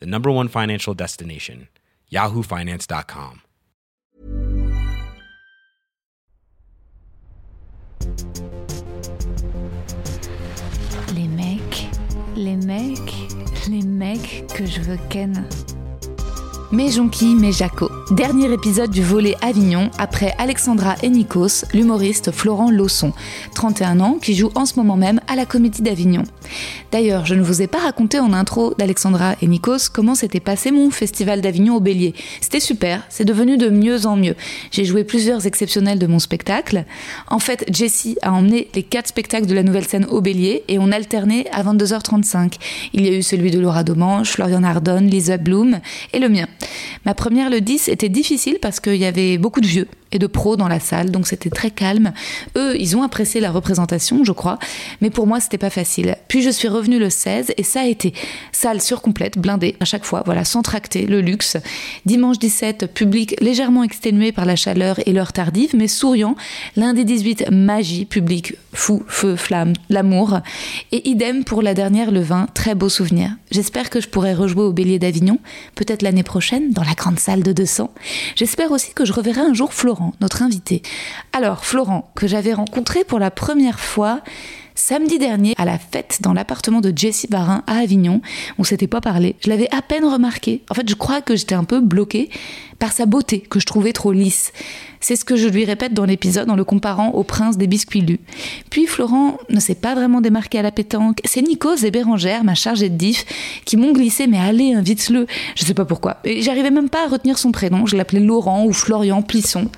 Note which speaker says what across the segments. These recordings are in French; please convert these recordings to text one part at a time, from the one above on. Speaker 1: the number one financial destination, yahoofinance.com.
Speaker 2: Les mecs, les mecs, les mecs que je veux ken. Mes jonquilles, mes jaco. Dernier épisode du volet Avignon après Alexandra et Nikos, l'humoriste Florent Lausson, 31 ans, qui joue en ce moment même à la Comédie d'Avignon. D'ailleurs, je ne vous ai pas raconté en intro d'Alexandra et Nikos comment s'était passé mon festival d'Avignon au Bélier. C'était super, c'est devenu de mieux en mieux. J'ai joué plusieurs exceptionnels de mon spectacle. En fait, Jessie a emmené les quatre spectacles de la nouvelle scène au Bélier et on alternait à 22h35. Il y a eu celui de Laura Domanche, Florian Ardonne, Lisa Bloom et le mien. Ma première le 10 était difficile parce qu'il y avait beaucoup de vieux et de pros dans la salle, donc c'était très calme. Eux, ils ont apprécié la représentation, je crois, mais pour moi, c'était pas facile. Puis je suis revenue le 16 et ça a été salle surcomplète, blindée à chaque fois, voilà, sans tracter, le luxe. Dimanche 17, public légèrement exténué par la chaleur et l'heure tardive, mais souriant. Lundi 18, magie, public fou, feu, flamme, l'amour. Et idem pour la dernière, le 20, très beau souvenir. J'espère que je pourrai rejouer au Bélier d'Avignon, peut-être l'année prochaine, dans la grande salle de 200. J'espère aussi que je reverrai un jour Florent notre invité. Alors, Florent, que j'avais rencontré pour la première fois samedi dernier à la fête dans l'appartement de Jessie Barin à Avignon. On s'était pas parlé. Je l'avais à peine remarqué. En fait, je crois que j'étais un peu bloquée par sa beauté que je trouvais trop lisse. C'est ce que je lui répète dans l'épisode en le comparant au prince des biscuits lus. Puis Florent ne s'est pas vraiment démarqué à la pétanque. C'est Nikos et Bérangère, ma chargée de diff, qui m'ont glissé mais allez, invite-le. Je sais pas pourquoi. Et j'arrivais même pas à retenir son prénom. Je l'appelais Laurent ou Florian Plisson.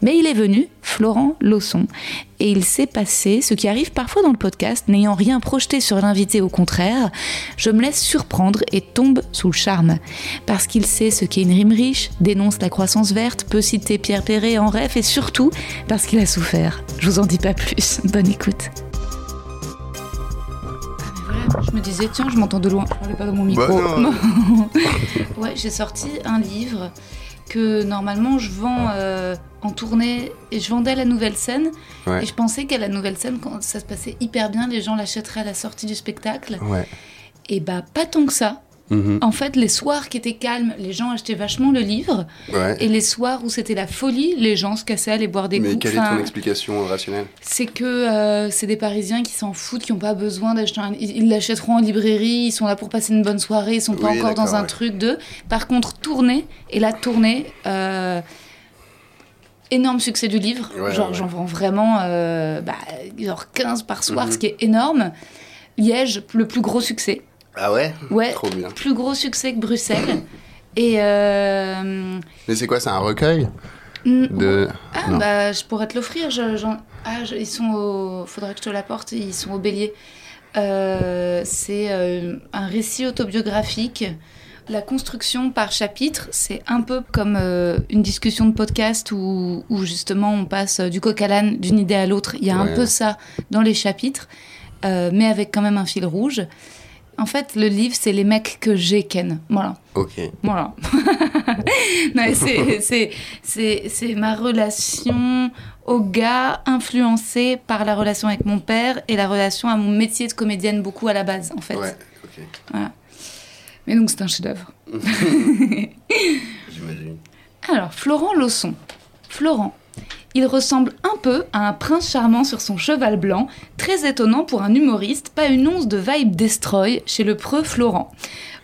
Speaker 2: Mais il est venu, Florent Lausson. Et il s'est passé ce qui arrive parfois dans le podcast, n'ayant rien projeté sur l'invité au contraire, je me laisse surprendre et tombe sous le charme. Parce qu'il sait ce qu'est une rime riche, dénonce la croissance verte, peut citer Pierre Perret en rêve et surtout parce qu'il a souffert. Je vous en dis pas plus. Bonne écoute. Je me disais, tiens, je m'entends de loin, je parlais pas dans mon micro.
Speaker 3: Bah non.
Speaker 2: ouais, j'ai sorti un livre que normalement je vends
Speaker 3: Ah.
Speaker 2: euh, en tournée et je vendais à la nouvelle scène.
Speaker 3: Ouais.
Speaker 2: Et je pensais qu'à la nouvelle scène, quand ça se passait hyper bien, les gens l'achèteraient à la sortie du spectacle.
Speaker 3: Ouais.
Speaker 2: Et bah, pas tant que ça.
Speaker 3: Ah. Mhm.
Speaker 2: En fait, les soirs qui étaient calmes, les gens achetaient vachement le livre.
Speaker 3: Ouais.
Speaker 2: Et les soirs où c'était la folie, les gens se cassaient à aller boire des
Speaker 3: Mais
Speaker 2: coups.
Speaker 3: quelle est
Speaker 2: Enfin,
Speaker 3: ton explication rationnelle
Speaker 2: c'est que euh, c'est des Parisiens qui s'en foutent, qui n'ont pas besoin d'acheter un... Ils ils l'achèteront en librairie, ils sont là pour passer une bonne soirée, ils sont pas
Speaker 3: Oui,
Speaker 2: encore dans
Speaker 3: d'accord,
Speaker 2: un
Speaker 3: ouais.
Speaker 2: truc de... Par contre, tournée, et la tournée... euh, Énorme succès du livre,
Speaker 3: Ouais,
Speaker 2: genre
Speaker 3: ouais, ouais.
Speaker 2: j'en vends vraiment euh, bah, genre 15 par soir,
Speaker 3: Mhm.
Speaker 2: ce qui est énorme. Liège, le plus gros succès.
Speaker 3: Ah ouais
Speaker 2: Ouais,
Speaker 3: Trop bien.
Speaker 2: plus gros succès que Bruxelles. Et euh,
Speaker 3: Mais c'est quoi, c'est un recueil
Speaker 2: mm,
Speaker 3: de...
Speaker 2: ah,
Speaker 3: Non.
Speaker 2: bah, je pourrais te l'offrir. Je, j'en- ah, je- ils sont au... Faudrait que je te l'apporte. Ils sont au bélier. Euh, c'est euh, un récit autobiographique. La construction par chapitre, c'est un peu comme euh, une discussion de podcast où, où justement on passe euh, du coq à l'âne, d'une idée à l'autre. Il y a un
Speaker 3: Ouais.
Speaker 2: peu ça dans les chapitres, euh, mais avec quand même un fil rouge. En fait, le livre, c'est les mecs que j'ai ken. Voilà.
Speaker 3: Ok.
Speaker 2: Voilà. Non, mais c'est- c'est- c'est c'est ma relation au gars influencée par la relation avec mon père et la relation à mon métier de comédienne beaucoup à la base, en fait.
Speaker 3: Ouais, ok.
Speaker 2: Mais donc, c'est un chef-d'œuvre.
Speaker 3: J'imagine.
Speaker 2: Alors, Florent Lausson. Florent, Il ressemble un peu à un prince charmant sur son cheval blanc, très étonnant pour un humoriste, pas une once de vibe destroy chez le preux Florent.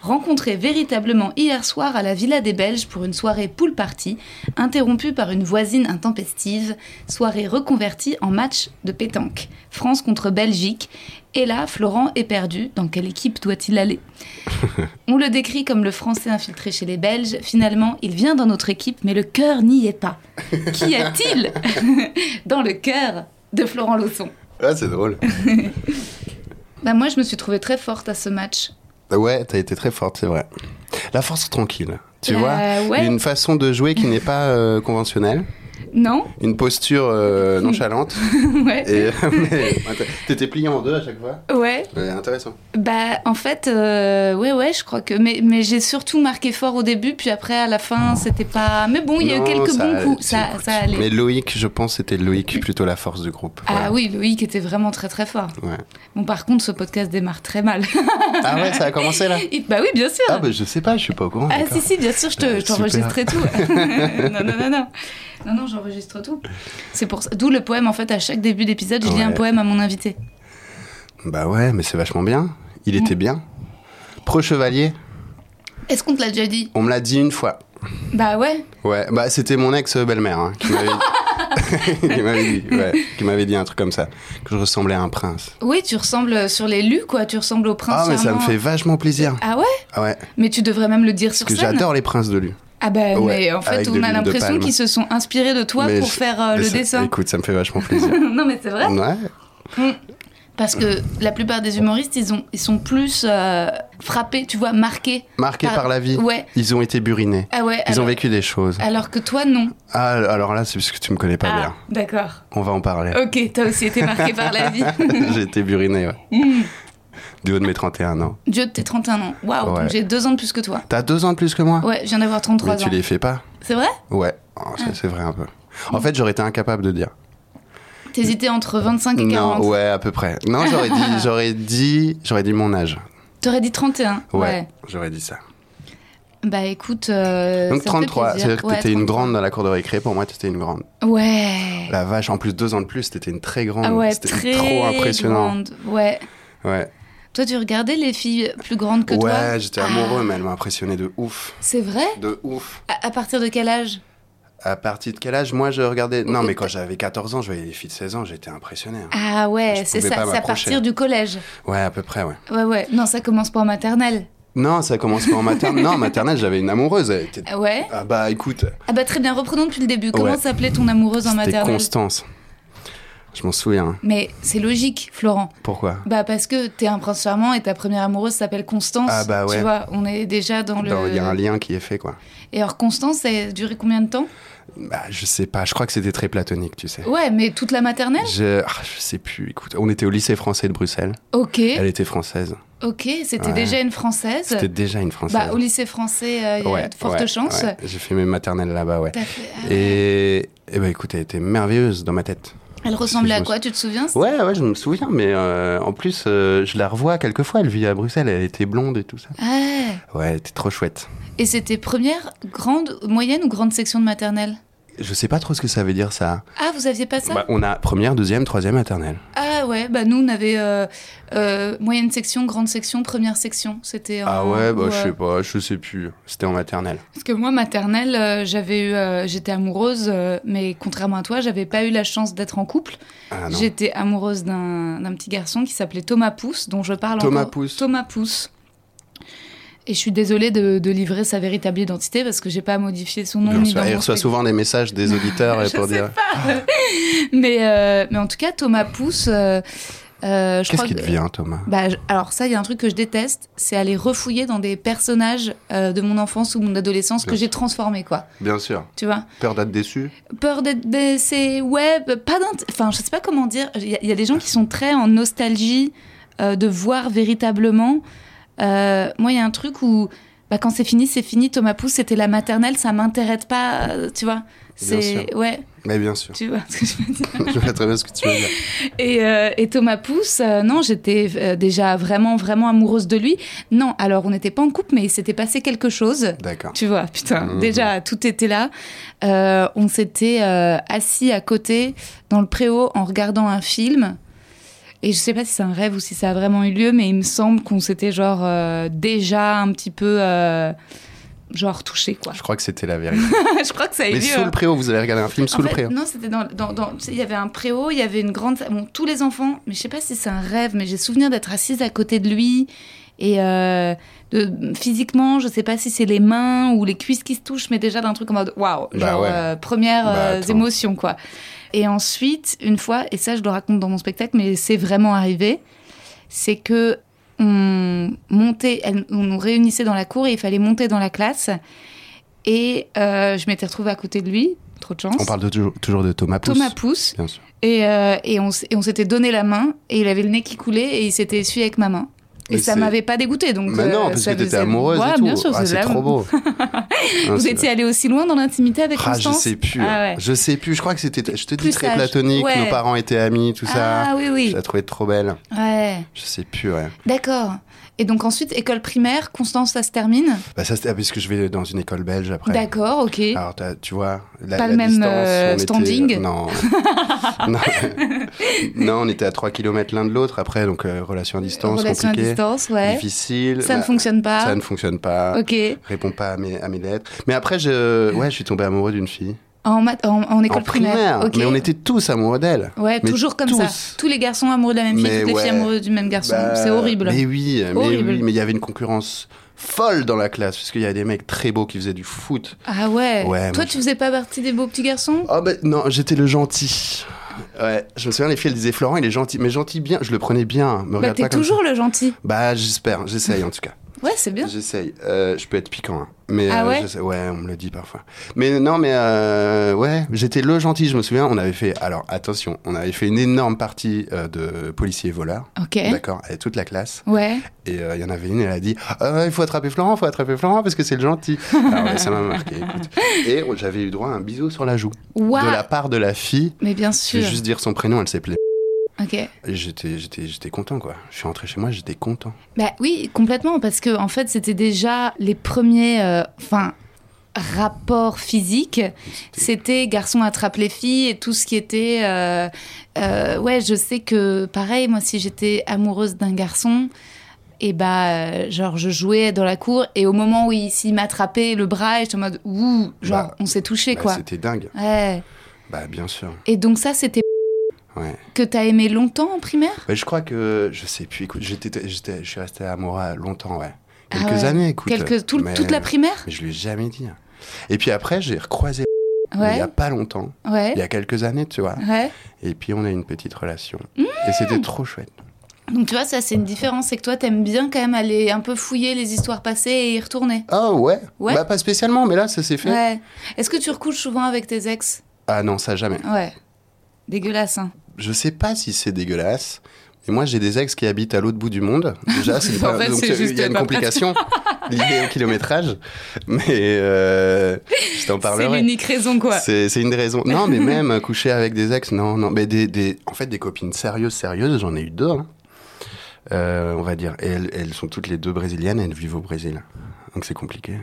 Speaker 2: Rencontré véritablement hier soir à la Villa des Belges pour une soirée pool party, interrompue par une voisine intempestive, soirée reconvertie en match de pétanque, France contre Belgique, et là, Florent est perdu, dans quelle équipe doit-il aller on le décrit comme le français infiltré chez les Belges. Finalement, il vient dans notre équipe, mais le cœur n'y est pas. Qu'y a-t-il dans le cœur de Florent Lausson
Speaker 3: Ah, c'est drôle.
Speaker 2: Bah moi, je me suis trouvée très forte à ce match.
Speaker 3: Ah Ouais, t'as été très forte, c'est vrai. La force tranquille, tu
Speaker 2: Euh,
Speaker 3: vois.
Speaker 2: ouais.
Speaker 3: Une façon de jouer qui n'est pas euh, conventionnelle,
Speaker 2: Non
Speaker 3: une posture euh, nonchalante.
Speaker 2: Ouais.
Speaker 3: et mais, t'étais plié en deux à chaque fois.
Speaker 2: Ouais.
Speaker 3: Ouais, intéressant.
Speaker 2: Bah en fait, euh, ouais, ouais, je crois que. Mais, mais j'ai surtout marqué fort au début, puis après à la fin, c'était pas. Mais bon, il y a eu
Speaker 3: Non,
Speaker 2: quelques
Speaker 3: ça
Speaker 2: bons
Speaker 3: allait,
Speaker 2: coups. Ça,
Speaker 3: écoute.
Speaker 2: ça allait.
Speaker 3: Mais Loïc, je pense, c'était Loïc plutôt la force du groupe.
Speaker 2: Ah
Speaker 3: Voilà.
Speaker 2: oui, Loïc était vraiment très très fort.
Speaker 3: Ouais.
Speaker 2: Bon, par contre, ce podcast démarre très mal.
Speaker 3: Ah ouais, ça a commencé là
Speaker 2: Il- bah oui, bien sûr.
Speaker 3: Ah bah je sais pas, je suis pas au courant.
Speaker 2: Ah
Speaker 3: d'accord.
Speaker 2: si si bien sûr je te-
Speaker 3: Euh,
Speaker 2: je t'enregistrerai tout. non non non non non non j'enregistre tout. C'est pour ça- d'où le poème en fait à chaque début d'épisode je lis un
Speaker 3: Ouais.
Speaker 2: poème à mon invité.
Speaker 3: Bah ouais, mais c'est vachement bien. Il
Speaker 2: Mm.
Speaker 3: était bien. Pro chevalier,
Speaker 2: Est-ce qu'on te l'a déjà dit
Speaker 3: on me l'a dit une fois.
Speaker 2: Bah ouais.
Speaker 3: Ouais, bah c'était mon ex-belle-mère hein, qui m'avait qui m'avait dit, ouais, qui m'avait dit un truc comme ça, que je ressemblais à un prince.
Speaker 2: Oui tu ressembles euh, sur les lus quoi tu ressembles au prince.
Speaker 3: Ah mais ça me
Speaker 2: charmant.
Speaker 3: fait vachement plaisir.
Speaker 2: Ah ouais
Speaker 3: Ah ouais,
Speaker 2: mais tu devrais même le dire sur
Speaker 3: parce que
Speaker 2: scène.
Speaker 3: j'adore les princes de lui.
Speaker 2: Ah bah
Speaker 3: Ouais,
Speaker 2: mais en fait
Speaker 3: avec de
Speaker 2: on
Speaker 3: l'huile
Speaker 2: a
Speaker 3: de
Speaker 2: l'impression
Speaker 3: palme.
Speaker 2: qu'ils se sont inspirés de toi
Speaker 3: Mais
Speaker 2: pour
Speaker 3: je-
Speaker 2: faire euh,
Speaker 3: mais
Speaker 2: le
Speaker 3: ça-
Speaker 2: dessin.
Speaker 3: Écoute, ça me fait vachement plaisir.
Speaker 2: non mais c'est vrai.
Speaker 3: ouais.
Speaker 2: Parce que la plupart des humoristes ils ont ils sont plus euh, frappés tu vois marqués.
Speaker 3: Marqués par, la vie,
Speaker 2: Ouais.
Speaker 3: ils ont été burinés.
Speaker 2: Ah ouais.
Speaker 3: Ils
Speaker 2: alors,
Speaker 3: ont vécu des choses.
Speaker 2: alors que toi non.
Speaker 3: Ah, alors là, c'est parce que tu me connais pas
Speaker 2: ah
Speaker 3: bien.
Speaker 2: d'accord.
Speaker 3: On va en parler.
Speaker 2: Ok, t'as aussi été marqué par la vie.
Speaker 3: J'ai été buriné, ouais. Du haut de mes 31 ans.
Speaker 2: Dieu, t'es 31 ans. Waouh, donc
Speaker 3: Ouais.
Speaker 2: j'ai deux ans de plus que toi.
Speaker 3: T'as deux ans de plus que moi
Speaker 2: Ouais, je viens d'avoir 33
Speaker 3: Mais tu
Speaker 2: ans. Ah.
Speaker 3: les fais pas
Speaker 2: C'est vrai
Speaker 3: Ouais, Oh, ça, c'est vrai un peu.
Speaker 2: Mm.
Speaker 3: En fait, j'aurais été incapable de dire.
Speaker 2: T'hésitais entre 25 et 40.
Speaker 3: Non, ouais, à peu près. Non, j'aurais dit, j'aurais dit, j'aurais dit mon âge.
Speaker 2: T'aurais dit 31.
Speaker 3: Ouais, j'aurais
Speaker 2: Euh,
Speaker 3: dit ça.
Speaker 2: Bah écoute. euh,
Speaker 3: Donc
Speaker 2: ça fait
Speaker 3: 33,
Speaker 2: plaisir.
Speaker 3: c'est-à-dire que
Speaker 2: Ouais,
Speaker 3: t'étais une
Speaker 2: 33.
Speaker 3: grande dans la cour de récré, pour moi t'étais une grande.
Speaker 2: Ouais.
Speaker 3: La vache, en plus deux ans de plus, t'étais une très grande.
Speaker 2: Ah ouais,
Speaker 3: C'était
Speaker 2: très
Speaker 3: trop impressionnant.
Speaker 2: grande. Ouais.
Speaker 3: Ouais,
Speaker 2: Toi, tu regardais les filles plus grandes que toi
Speaker 3: ouais j'étais
Speaker 2: Ah,
Speaker 3: amoureux, mais elle m'a impressionné de ouf.
Speaker 2: C'est vrai
Speaker 3: De ouf.
Speaker 2: à, à partir de quel âge
Speaker 3: À partir de quel âge Moi, je regardais. Non, mais quand j'avais 14 ans, je voyais les filles de 16 ans, j'étais impressionné. hein.
Speaker 2: Ah ouais,
Speaker 3: Je
Speaker 2: c'est
Speaker 3: pouvais
Speaker 2: ça,
Speaker 3: pas
Speaker 2: c'est à
Speaker 3: m'approcher.
Speaker 2: partir du collège.
Speaker 3: Ouais, à peu près, ouais.
Speaker 2: Ouais, ouais. Non, ça commence pas en maternelle.
Speaker 3: Non, ça commence pas en maternelle. non, en maternelle, j'avais une amoureuse. Elle était-
Speaker 2: Ah ouais
Speaker 3: Ah bah écoute,
Speaker 2: Ah bah très bien, reprenons depuis le début. Comment
Speaker 3: Ouais.
Speaker 2: s'appelait ton amoureuse en
Speaker 3: c'était
Speaker 2: maternelle
Speaker 3: Constance. Je m'en souviens. hein.
Speaker 2: Mais c'est logique, Florent.
Speaker 3: Pourquoi
Speaker 2: Bah parce que t'es un prince charmant et ta première amoureuse s'appelle Constance.
Speaker 3: Ah bah
Speaker 2: Tu
Speaker 3: ouais.
Speaker 2: vois, on est déjà dans le.
Speaker 3: Non, Bah, Il y a un lien qui est fait, quoi.
Speaker 2: Et alors Constance, ça a duré combien de temps
Speaker 3: Bah, je sais pas, je crois que c'était très platonique, tu sais.
Speaker 2: Ouais, mais toute la maternelle
Speaker 3: Je... ah, je sais plus, écoute. On était au lycée français de Bruxelles.
Speaker 2: Ok,
Speaker 3: Elle était française.
Speaker 2: ok, c'était
Speaker 3: Ouais.
Speaker 2: déjà une française.
Speaker 3: C'était déjà une française.
Speaker 2: Bah au lycée français, euh, il y a de fortes
Speaker 3: ouais,
Speaker 2: chances.
Speaker 3: ouais. J'ai fait mes maternelles là-bas, ouais.
Speaker 2: T'as fait- ah.
Speaker 3: Et... et bah écoute, elle était merveilleuse dans ma tête.
Speaker 2: Elle ressemblait à
Speaker 3: je me
Speaker 2: quoi Tu te souviens
Speaker 3: Ouais, ouais, je me souviens, mais euh, en plus, euh, je la revois quelquefois. Elle vit à Bruxelles, elle était blonde et tout ça.
Speaker 2: Ah.
Speaker 3: Ouais, elle était trop chouette.
Speaker 2: Et c'était première, grande, moyenne ou grande section de maternelle
Speaker 3: Je sais pas trop ce que ça veut dire ça.
Speaker 2: Ah, vous aviez pas ça
Speaker 3: Bah, on a première, deuxième, troisième maternelle.
Speaker 2: Ah ouais, bah nous on avait euh, euh, moyenne section, grande section, première section. C'était en-
Speaker 3: Ah ouais, bah
Speaker 2: ou,
Speaker 3: je
Speaker 2: euh,
Speaker 3: sais pas, je sais plus. C'était en maternelle.
Speaker 2: Parce que moi maternelle, euh, j'avais eu, euh, j'étais amoureuse, euh, mais contrairement à toi, j'avais pas eu la chance d'être en couple.
Speaker 3: Ah non.
Speaker 2: J'étais amoureuse d'un d'un petit garçon qui s'appelait Thomas Pousse, dont je parle
Speaker 3: Thomas
Speaker 2: encore.
Speaker 3: Pousse.
Speaker 2: Thomas Pousse. Et je suis désolée de, de livrer sa véritable identité parce que j'ai pas modifié son nom.
Speaker 3: Bien
Speaker 2: ni
Speaker 3: sûr,
Speaker 2: dans
Speaker 3: Il
Speaker 2: mon
Speaker 3: reçoit
Speaker 2: spectre.
Speaker 3: souvent des messages des auditeurs et
Speaker 2: Je
Speaker 3: pour
Speaker 2: sais
Speaker 3: dire
Speaker 2: Mais euh, mais en tout cas, Thomas Pousse, euh, euh, je
Speaker 3: qu'est-ce
Speaker 2: crois
Speaker 3: qui
Speaker 2: que-
Speaker 3: devient Thomas.
Speaker 2: Bah, je- alors ça, il y a un truc que je déteste, c'est aller refouiller dans des personnages euh, de mon enfance ou mon adolescence que
Speaker 3: Bien
Speaker 2: j'ai transformés, quoi.
Speaker 3: Bien sûr,
Speaker 2: Tu vois
Speaker 3: peur d'être déçu.
Speaker 2: Peur d'être baissé, ouais, bah, pas d'int... Enfin, je sais pas comment dire. Il y, a- il y a des gens qui sont très en nostalgie euh, de voir véritablement. Euh, moi, il y a un truc où, bah, quand c'est fini, c'est fini. Thomas Pouce, c'était la maternelle, ça m'intéresse pas, euh, tu vois
Speaker 3: Bien sûr.
Speaker 2: C'est ouais,
Speaker 3: Mais bien sûr.
Speaker 2: tu vois ce que je veux dire.
Speaker 3: je vois très bien ce que tu veux dire.
Speaker 2: Et, euh, et Thomas Pouce, euh, non, j'étais euh, déjà vraiment vraiment amoureuse de lui. Non, alors on n'était pas en couple, mais il s'était passé quelque chose.
Speaker 3: D'accord.
Speaker 2: Tu vois, putain,
Speaker 3: Mhm.
Speaker 2: déjà, tout était là. Euh, on s'était euh, assis à côté dans le préau en regardant un film. Et je sais pas si c'est un rêve ou si ça a vraiment eu lieu, mais il me semble qu'on s'était genre euh, déjà un petit peu euh, genre touché quoi.
Speaker 3: Je crois que c'était la vérité.
Speaker 2: je crois que ça a eu
Speaker 3: Mais
Speaker 2: lieu.
Speaker 3: sous
Speaker 2: hein.
Speaker 3: le préau, vous allez regarder un film
Speaker 2: En
Speaker 3: sous le
Speaker 2: fait,
Speaker 3: préau.
Speaker 2: Non, c'était dans, dans, dans- tu sais, il y avait un préau, il y avait une grande, sa- bon, tous les enfants, mais je sais pas si c'est un rêve, mais j'ai souvenir d'être assise à côté de lui et euh, de, physiquement, je sais pas si c'est les mains ou les cuisses qui se touchent, mais déjà d'un truc en mode waouh,
Speaker 3: Bah
Speaker 2: genre
Speaker 3: ouais.
Speaker 2: euh, première
Speaker 3: Bah
Speaker 2: euh,
Speaker 3: attends.
Speaker 2: émotion quoi. Et ensuite, une fois, et ça je le raconte dans mon spectacle, mais c'est vraiment arrivé, c'est que on montait, elle- on nous réunissait dans la cour et il fallait monter dans la classe. Et euh, je m'étais retrouvée à côté de lui, trop de chance.
Speaker 3: On parle de toujours, toujours de Thomas Pouce.
Speaker 2: Thomas Pouce.
Speaker 3: Bien sûr.
Speaker 2: Et, euh, et on, s- et on s'était donné la main, et il avait le nez qui coulait, et il s'était essuyé avec ma main. Et
Speaker 3: Mais
Speaker 2: ça
Speaker 3: c'est-
Speaker 2: m'avait pas dégoûté, donc.
Speaker 3: Mais
Speaker 2: euh,
Speaker 3: non, parce
Speaker 2: ça
Speaker 3: que t'étais
Speaker 2: faisait-
Speaker 3: amoureuse
Speaker 2: Ouais,
Speaker 3: et tout.
Speaker 2: bien sûr,
Speaker 3: ah, c'est
Speaker 2: la-
Speaker 3: trop beau. Non,
Speaker 2: Vous
Speaker 3: c'est-
Speaker 2: étiez allé aussi loin dans l'intimité avec
Speaker 3: Ah, je
Speaker 2: Constance
Speaker 3: sais plus.
Speaker 2: Ah ouais.
Speaker 3: Je sais plus. Je crois que c'était, je te dis,
Speaker 2: Plus
Speaker 3: très
Speaker 2: sage.
Speaker 3: platonique.
Speaker 2: Ouais.
Speaker 3: Nos parents étaient amis, tout ça.
Speaker 2: Ah oui,
Speaker 3: Je
Speaker 2: oui.
Speaker 3: la trouvais trop belle.
Speaker 2: Ouais.
Speaker 3: Je sais plus, ouais.
Speaker 2: D'accord. Et donc ensuite, école primaire, Constance, ça se termine.
Speaker 3: Bah, ça, c'était ah, parce que je vais dans une école belge après.
Speaker 2: D'accord, ok.
Speaker 3: Alors, t'as- tu vois, la,
Speaker 2: Pas
Speaker 3: la
Speaker 2: le même,
Speaker 3: distance,
Speaker 2: euh,
Speaker 3: on était-
Speaker 2: standing.
Speaker 3: Non. non. Non, on était à 3 km l'un de l'autre après, donc euh, relation à distance,
Speaker 2: Relation à
Speaker 3: compliquée,
Speaker 2: distance, ouais.
Speaker 3: difficile.
Speaker 2: Ça ne
Speaker 3: Bah,
Speaker 2: fonctionne pas.
Speaker 3: Ça ne fonctionne pas.
Speaker 2: Ok.
Speaker 3: Réponds pas à mes, à mes lettres. Mais après, je, ouais, je suis tombé amoureux d'une fille.
Speaker 2: En, mat- en, en école
Speaker 3: en primaire.
Speaker 2: ok.
Speaker 3: Mais on était tous amoureux d'elle.
Speaker 2: Ouais,
Speaker 3: mais
Speaker 2: toujours comme
Speaker 3: tous.
Speaker 2: ça. Tous les garçons amoureux de la même fille,
Speaker 3: Mais
Speaker 2: toutes les filles
Speaker 3: ouais.
Speaker 2: amoureuses du même garçon.
Speaker 3: Bah,
Speaker 2: C'est horrible.
Speaker 3: Mais oui, mais
Speaker 2: Horrible.
Speaker 3: oui, mais il y avait une concurrence folle dans la classe, parce qu'il y avait des mecs très beaux qui faisaient du foot.
Speaker 2: Ah ouais.
Speaker 3: Ouais,
Speaker 2: Toi,
Speaker 3: moi,
Speaker 2: tu faisais pas partie des beaux petits garçons
Speaker 3: Oh ben non, j'étais le gentil. Ouais, je me souviens, les filles, elles disaient Florent, il est gentil, mais gentil bien, je le prenais bien. hein, Me
Speaker 2: Bah,
Speaker 3: regarde
Speaker 2: t'es
Speaker 3: pas comme
Speaker 2: toujours le gentil.
Speaker 3: ça. Bah, j'espère, j'essaye en tout cas.
Speaker 2: Ouais, c'est bien.
Speaker 3: J'essaye. Euh, je peux être piquant, hein. mais
Speaker 2: Ah
Speaker 3: euh,
Speaker 2: ouais
Speaker 3: j'essaie- ouais, on me le dit parfois. Mais non, mais euh, ouais, j'étais le gentil. Je me souviens, on avait fait. Alors attention, on avait fait une énorme partie euh, de policiers voleurs,
Speaker 2: Ok.
Speaker 3: d'accord, avec toute la classe.
Speaker 2: Ouais.
Speaker 3: Et euh, il y en avait une, elle a dit Ah, Il faut attraper Florent, il faut attraper Florent parce que c'est le gentil. Alors, ouais, ça m'a marqué. écoute. Et on- j'avais eu droit à un bisou sur la joue
Speaker 2: Waouh.
Speaker 3: de la part de la fille.
Speaker 2: Mais bien
Speaker 3: Je
Speaker 2: sûr.
Speaker 3: vais juste dire son prénom, elle s'appelait.
Speaker 2: Ok.
Speaker 3: Et J'étais, j'étais, j'étais content quoi. Je suis rentré chez moi, j'étais content.
Speaker 2: Bah oui, complètement, parce que en fait, c'était déjà les premiers, euh, enfin, rapports physiques. C'était garçon attrape les filles et tout ce qui était. euh, euh, ouais, je sais que pareil, moi, si j'étais amoureuse d'un garçon. Et bah, euh, genre, je jouais dans la cour, et au moment où il, s'il m'attrapait le bras, j'étais en mode, ouh, genre,
Speaker 3: Bah,
Speaker 2: on s'est touché,
Speaker 3: Bah,
Speaker 2: quoi.
Speaker 3: C'était dingue.
Speaker 2: Ouais.
Speaker 3: Bah bien sûr.
Speaker 2: Et donc ça, c'était
Speaker 3: Ouais.
Speaker 2: que t'as aimé longtemps en primaire
Speaker 3: Bah, je crois que je sais plus. Écoute, j'étais, j'étais, je suis resté à Mora longtemps, ouais.
Speaker 2: Ah
Speaker 3: Quelques
Speaker 2: ouais.
Speaker 3: années, Bah, écoute.
Speaker 2: Quelque, tout-
Speaker 3: Mais-
Speaker 2: Toute la primaire
Speaker 3: Mais je lui ai jamais dit. Et puis après, j'ai recroisé mais il y
Speaker 2: Ouais, Ah.
Speaker 3: a pas longtemps, il y
Speaker 2: ouais,
Speaker 3: a quelques années, tu vois.
Speaker 2: ouais.
Speaker 3: Et puis on a eu une petite relation.
Speaker 2: Mmh.
Speaker 3: Et c'était trop chouette.
Speaker 2: Donc tu vois, ça c'est une différence, c'est que toi t'aimes bien quand même aller un peu fouiller les histoires passées et y retourner.
Speaker 3: Oh ouais.
Speaker 2: Ouais.
Speaker 3: Bah pas spécialement, mais là ça s'est fait.
Speaker 2: Ouais. Est-ce que tu recouches souvent avec tes ex
Speaker 3: Ah non, ça jamais.
Speaker 2: Ouais. Dégueulasse, hein.
Speaker 3: Je sais pas si c'est dégueulasse. Et moi, j'ai des ex qui habitent à l'autre bout du monde. Déjà, c'est
Speaker 2: En
Speaker 3: pas-
Speaker 2: fait,
Speaker 3: donc
Speaker 2: c'est
Speaker 3: il y
Speaker 2: juste
Speaker 3: a une
Speaker 2: pas
Speaker 3: complication liée au kilométrage. Mais euh, je t'en
Speaker 2: C'est
Speaker 3: parlerai.
Speaker 2: l'unique raison, quoi.
Speaker 3: C'est c'est une des raisons. Non, mais même euh, coucher avec des ex, non, non. Mais des, des, en fait, des copines sérieuses, sérieuses, j'en ai eu deux, hein. Euh, on va dire. Et elles, elles sont toutes les deux brésiliennes, elles vivent au Brésil. Donc c'est compliqué.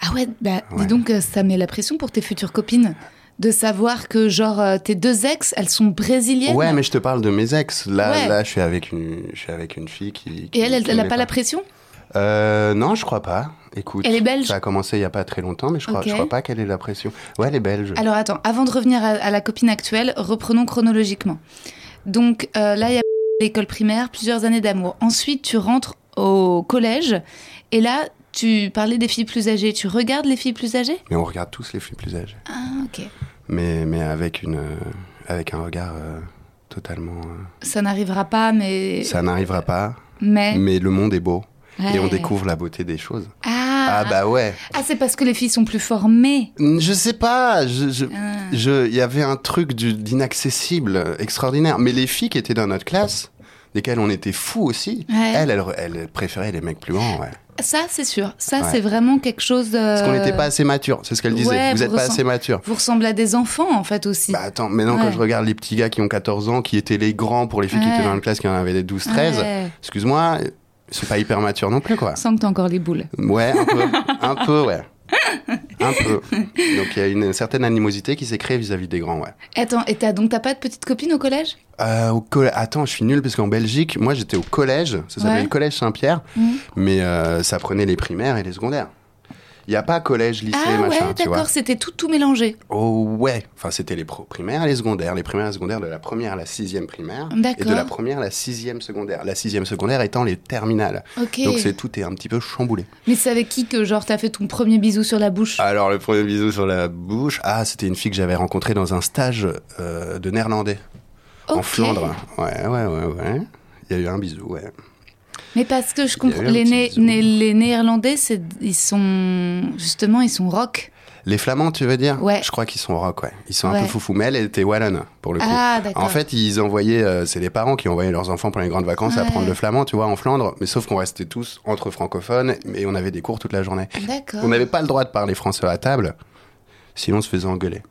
Speaker 2: Ah ouais, bah dis
Speaker 3: Ouais.
Speaker 2: donc, euh, ça met la pression pour tes futures copines de savoir que genre euh, tes deux ex, elles sont brésiliennes.
Speaker 3: Ouais, mais je te parle de mes ex. Là,
Speaker 2: Ouais.
Speaker 3: là, je suis avec une, je suis avec une fille qui. qui-
Speaker 2: Et elle, elle,
Speaker 3: qui
Speaker 2: elle a
Speaker 3: l'est
Speaker 2: pas la pression
Speaker 3: Euh, non, je crois pas. Écoute,
Speaker 2: Elle est belge
Speaker 3: ça a commencé il y a pas très longtemps, mais je crois,
Speaker 2: Ok.
Speaker 3: je crois pas qu'elle ait la pression. Ouais, elle est belge.
Speaker 2: Alors attends, avant de revenir à, à la copine actuelle, reprenons chronologiquement. Donc euh, là, il y a l'école primaire, plusieurs années d'amour. Ensuite, tu rentres au collège et là, tu parlais des filles plus âgées. Tu regardes les filles plus âgées
Speaker 3: Mais on regarde tous les filles plus âgées.
Speaker 2: Ah ok.
Speaker 3: Mais, mais avec une, euh, avec un regard euh, totalement. euh,
Speaker 2: Ça n'arrivera pas, mais
Speaker 3: ça n'arrivera pas.
Speaker 2: mais
Speaker 3: Mais le monde est beau et on
Speaker 2: Ouais.
Speaker 3: découvre la beauté des choses.
Speaker 2: Ah,
Speaker 3: Ah, bah ouais.
Speaker 2: Ah, c'est parce que les filles sont plus formées.
Speaker 3: Je sais pas. Je, je,
Speaker 2: Ah.
Speaker 3: je- il y avait un truc du- d'inaccessible euh, extraordinaire. Mais les filles qui étaient dans notre classe, desquelles on était fous aussi,
Speaker 2: Ouais.
Speaker 3: elles, elles, elles préféraient les mecs plus grands. Ouais.
Speaker 2: Ça, c'est sûr. Ça,
Speaker 3: Ouais.
Speaker 2: c'est vraiment quelque chose. euh,
Speaker 3: Parce qu'on n'était pas assez mature, c'est ce qu'elle disait.
Speaker 2: ouais,
Speaker 3: vous n'êtes
Speaker 2: vous
Speaker 3: pas
Speaker 2: ressent-
Speaker 3: assez mature.
Speaker 2: Vous ressemblez à des enfants, en fait, aussi.
Speaker 3: Bah attends, maintenant quand
Speaker 2: Ouais.
Speaker 3: je regarde les petits gars qui ont 14 ans, qui étaient les grands pour les filles qui
Speaker 2: Ouais.
Speaker 3: étaient dans la classe, qui en avaient des 12, 13,
Speaker 2: Ouais.
Speaker 3: excuse-moi, ils sont pas hyper matures non plus quoi.
Speaker 2: Sans que t'as encore les boules.
Speaker 3: Ouais, un peu, un peu, ouais. Un peu. Donc il y a une certaine animosité qui s'est créée vis-à-vis des grands, ouais.
Speaker 2: Attends, et t'as donc t'as pas de petite copine au collège
Speaker 3: Euh, au coll- Attends, je suis nul parce qu'en Belgique, moi j'étais au collège, ça s'appelait
Speaker 2: Ouais.
Speaker 3: le collège Saint-Pierre,
Speaker 2: Mhm.
Speaker 3: mais euh, ça prenait les primaires et les secondaires. Il n'y a pas collège, lycée,
Speaker 2: Ah
Speaker 3: machin,
Speaker 2: ouais,
Speaker 3: tu vois.
Speaker 2: d'accord, c'était tout tout mélangé.
Speaker 3: Oh ouais, enfin c'était les pro- primaires et les secondaires, les primaires et secondaires de la première à la sixième primaire et de
Speaker 2: D'accord.
Speaker 3: la première à la sixième secondaire. La sixième secondaire étant les terminales.
Speaker 2: Ok.
Speaker 3: Donc c'est tout est un petit peu chamboulé.
Speaker 2: Mais c'est avec qui que genre t'as fait ton premier bisou sur la bouche
Speaker 3: Alors le premier bisou sur la bouche, ah c'était une fille que j'avais rencontrée dans un stage euh, de néerlandais en
Speaker 2: Ok.
Speaker 3: Flandre. Ouais ouais ouais ouais. Il y a eu un bisou, ouais.
Speaker 2: Mais parce que je
Speaker 3: Il y a
Speaker 2: comprends,
Speaker 3: eu un
Speaker 2: les,
Speaker 3: petit
Speaker 2: Né-
Speaker 3: bisou.
Speaker 2: Né- les Néerlandais, c'est- ils sont justement ils sont rock.
Speaker 3: Les Flamands, tu veux dire
Speaker 2: Ouais.
Speaker 3: Je crois qu'ils sont rock, ouais. Ils sont un
Speaker 2: Ouais.
Speaker 3: peu foufou, mais elle elle était wallonne pour le coup.
Speaker 2: Ah d'accord.
Speaker 3: En fait, ils envoyaient, euh, c'est les parents qui envoyaient leurs enfants pendant les grandes vacances à
Speaker 2: Ouais.
Speaker 3: apprendre le flamand, tu vois, en Flandre. Mais sauf qu'on restait tous entre francophones et on avait des cours toute la journée.
Speaker 2: d'accord.
Speaker 3: On n'avait pas le droit de parler français à table, sinon on se faisait engueuler.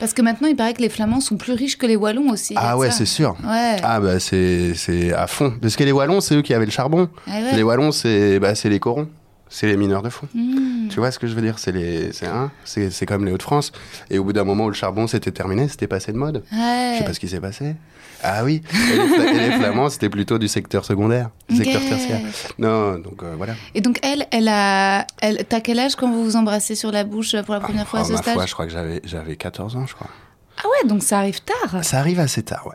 Speaker 2: Parce que maintenant il paraît que les Flamands sont plus riches que les Wallons aussi. y a
Speaker 3: Ah
Speaker 2: de
Speaker 3: ouais,
Speaker 2: ça.
Speaker 3: c'est sûr.
Speaker 2: Ouais.
Speaker 3: Ah bah c'est c'est à fond. Parce que les Wallons, c'est eux qui avaient le charbon.
Speaker 2: Ah ouais.
Speaker 3: Les Wallons, c'est bah, c'est les corons. C'est les mineurs de fond.
Speaker 2: Hmm.
Speaker 3: Tu vois ce que je veux dire C'est les, c'est un, c'est c'est comme les Hauts-de-France. Et au bout d'un moment où le charbon s'était terminé, c'était passé de mode.
Speaker 2: Ouais.
Speaker 3: Je sais pas ce qui s'est passé. Ah oui, et les, Fla- et les Flamands, c'était plutôt du secteur secondaire, du
Speaker 2: Ok.
Speaker 3: secteur tertiaire. Non, donc euh, voilà.
Speaker 2: Et donc elle, elle a, elle, t'as quel âge quand vous vous embrassez sur la bouche pour la première fois à
Speaker 3: Oh,
Speaker 2: ce
Speaker 3: ma
Speaker 2: stage
Speaker 3: foi, je crois que j'avais, j'avais 14 ans, je crois.
Speaker 2: Ah ouais, donc ça arrive tard.
Speaker 3: Ça arrive assez tard, ouais.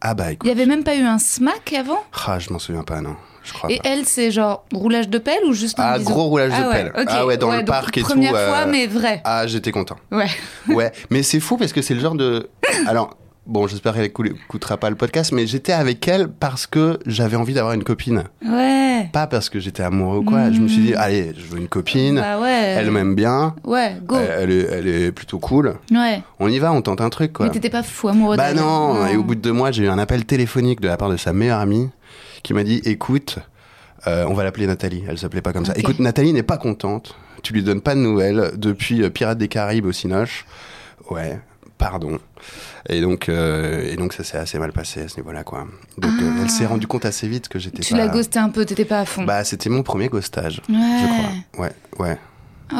Speaker 3: Ah bah
Speaker 2: Il y
Speaker 3: écoute,
Speaker 2: avait même pas eu un smack avant
Speaker 3: ah, je m'en souviens pas, non. Je crois
Speaker 2: Et
Speaker 3: pas.
Speaker 2: elle, c'est genre roulage de pelle ou juste un
Speaker 3: Ah,
Speaker 2: bisou
Speaker 3: gros roulage de
Speaker 2: Ah ouais,
Speaker 3: pelle.
Speaker 2: ok.
Speaker 3: Ah ouais, dans le
Speaker 2: donc
Speaker 3: parc et tout,
Speaker 2: Première
Speaker 3: euh,
Speaker 2: fois, mais vrai.
Speaker 3: Ah, j'étais content.
Speaker 2: Ouais.
Speaker 3: Ouais, mais c'est fou parce que c'est le genre de. Alors, bon, j'espère qu'elle écoutera pas le podcast, mais j'étais avec elle parce que j'avais envie d'avoir une copine.
Speaker 2: Ouais.
Speaker 3: Pas parce que j'étais amoureux ou quoi. Je me suis dit, allez, je veux une copine.
Speaker 2: Mm. Bah ouais.
Speaker 3: Elle m'aime bien.
Speaker 2: Ouais, go.
Speaker 3: Elle, elle est, elle est plutôt cool.
Speaker 2: ouais.
Speaker 3: On y va, on tente un truc, quoi.
Speaker 2: Mais t'étais pas fou amoureux
Speaker 3: Bah
Speaker 2: d'elle.
Speaker 3: non, et au bout de deux mois, j'ai eu un appel téléphonique de la part de sa meilleure amie qui m'a dit écoute, euh, on va l'appeler Nathalie, elle s'appelait pas comme ça.
Speaker 2: Ok.
Speaker 3: Écoute, Nathalie n'est pas contente, tu lui donnes pas de nouvelles depuis euh, Pirates des Caraïbes au Cinoche. Ouais, pardon. Et donc, euh, et donc ça s'est assez mal passé à ce niveau-là, quoi. Donc euh, elle s'est rendue compte assez vite que j'étais
Speaker 2: Ah. Tu
Speaker 3: pas.
Speaker 2: l'as ghosté un peu, t'étais pas à fond.
Speaker 3: Bah c'était mon premier ghostage,
Speaker 2: ouais.
Speaker 3: je crois. Ouais, ouais.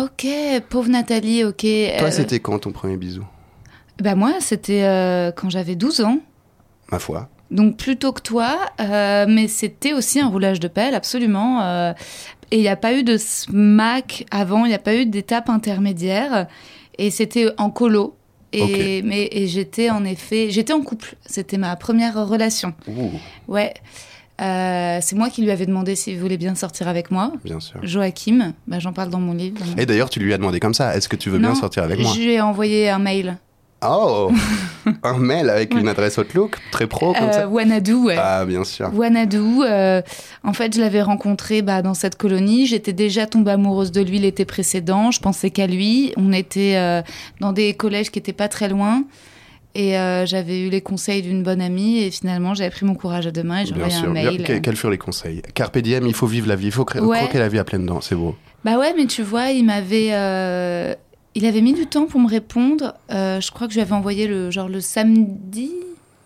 Speaker 2: Ok, pauvre Nathalie, ok.
Speaker 3: Toi,
Speaker 2: Euh,
Speaker 3: c'était quand ton premier bisou
Speaker 2: Bah moi, c'était euh, quand j'avais 12 ans.
Speaker 3: Ma foi.
Speaker 2: Donc plus tôt que toi, euh, mais c'était aussi un roulage de pelle, absolument. euh, et il n'y a pas eu de smack avant, il n'y a pas eu d'étape intermédiaire. Et c'était en colo. Et,
Speaker 3: Ok.
Speaker 2: mais, et j'étais en effet, j'étais en couple. C'était ma première relation.
Speaker 3: Ouh,
Speaker 2: Ouais. Euh, c'est moi qui lui avais demandé s'il voulait bien sortir avec moi.
Speaker 3: bien sûr.
Speaker 2: Joachim, bah, j'en parle dans mon livre.
Speaker 3: Et d'ailleurs, tu lui as demandé comme ça est-ce que tu veux bien
Speaker 2: Non,
Speaker 3: sortir avec moi
Speaker 2: Je lui ai envoyé un mail.
Speaker 3: Oh Un mail avec une adresse Outlook, très pro Oh, comme
Speaker 2: Euh,
Speaker 3: ça.
Speaker 2: Wanadoo, ouais.
Speaker 3: Ah, bien sûr.
Speaker 2: Wanadoo, euh, en fait, je l'avais rencontré bah, dans cette colonie. J'étais déjà tombée amoureuse de lui l'été précédent. Je pensais qu'à lui. On était euh, dans des collèges qui n'étaient pas très loin. Et euh, j'avais eu les conseils d'une bonne amie. Et finalement, j'avais pris mon courage à deux mains et j'ai
Speaker 3: Bien
Speaker 2: envoyé un
Speaker 3: sûr.
Speaker 2: mail.
Speaker 3: Bien- que- Quels furent les conseils Carpe diem, il faut vivre la vie, il faut cro-
Speaker 2: Ouais.
Speaker 3: croquer la vie à pleines dents, c'est beau.
Speaker 2: Bah ouais, mais tu vois, il m'avait. euh, Il avait mis du temps pour me répondre. Euh, je crois que je lui avais envoyé le, genre le samedi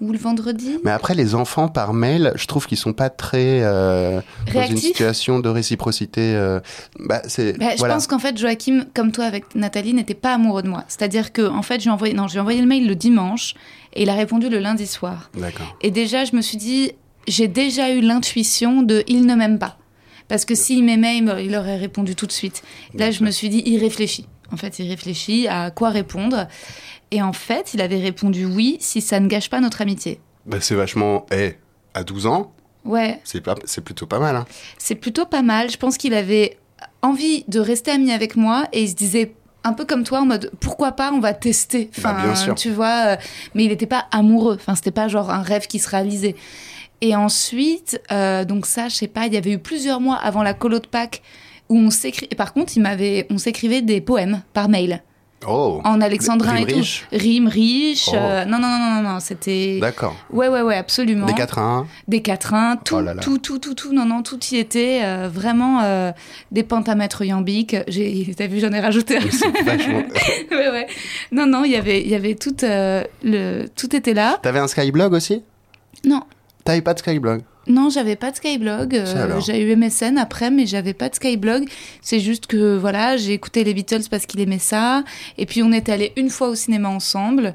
Speaker 2: ou le vendredi.
Speaker 3: Mais après, les enfants par mail, je trouve qu'ils sont pas très euh, dans une
Speaker 2: Réactifs.
Speaker 3: situation de réciprocité. euh, bah, c'est
Speaker 2: Bah, je
Speaker 3: voilà.
Speaker 2: pense qu'en fait, Joachim, comme toi avec Nathalie, n'était pas amoureux de moi. C'est-à-dire que, en fait, j'ai envoyé, non, j'ai envoyé le mail le dimanche et il a répondu le lundi soir.
Speaker 3: D'accord.
Speaker 2: Et déjà, je me suis dit, j'ai déjà eu l'intuition de il ne m'aime pas. Parce que s'il m'aimait, il me- il aurait répondu tout de suite. Là,
Speaker 3: Bien
Speaker 2: je
Speaker 3: sûr.
Speaker 2: me suis dit, il réfléchit. En fait, il réfléchit à quoi répondre. Et en fait, il avait répondu oui si ça ne gâche pas notre amitié.
Speaker 3: Bah, c'est vachement. Eh, à 12 ans,
Speaker 2: Ouais,
Speaker 3: c'est pas- c'est plutôt pas mal. hein.
Speaker 2: C'est plutôt pas mal. Je pense qu'il avait envie de rester ami avec moi et il se disait un peu comme toi en mode pourquoi pas on va tester
Speaker 3: Bah,
Speaker 2: enfin
Speaker 3: bien sûr.
Speaker 2: tu vois euh, mais il n'était pas amoureux enfin c'était pas genre un rêve qui se réalisait et ensuite euh, donc ça je sais pas il y avait eu plusieurs mois avant la colo de Pâques où on s'écrit et par contre il m'avait on s'écrivait des poèmes par mail
Speaker 3: Oh.
Speaker 2: en alexandrin
Speaker 3: Rime
Speaker 2: et tout.
Speaker 3: riche
Speaker 2: Rime riche.
Speaker 3: Oh.
Speaker 2: euh, non, non, non, non, non, non, c'était.
Speaker 3: D'accord.
Speaker 2: Ouais, ouais, ouais, absolument.
Speaker 3: Des 4 à 1.
Speaker 2: Des quatrains, tout,
Speaker 3: Oh là là.
Speaker 2: tout, tout, tout, tout, non, non, tout y était. euh, vraiment euh, des pentamètres iambiques. J'ai, t'as vu, j'en ai rajouté un.
Speaker 3: Vachement.
Speaker 2: ouais, ouais. Non, non, il y avait, il y avait tout, euh, le, tout était là.
Speaker 3: T'avais un Skyblog aussi
Speaker 2: Non.
Speaker 3: T'avais pas de Skyblog
Speaker 2: Non, j'avais pas de Skyblog. euh,
Speaker 3: Ça alors.
Speaker 2: j'ai eu MSN après, mais j'avais pas de Skyblog. C'est juste que voilà, j'ai écouté les Beatles parce qu'il aimait ça. Et puis on est allé une fois au cinéma ensemble.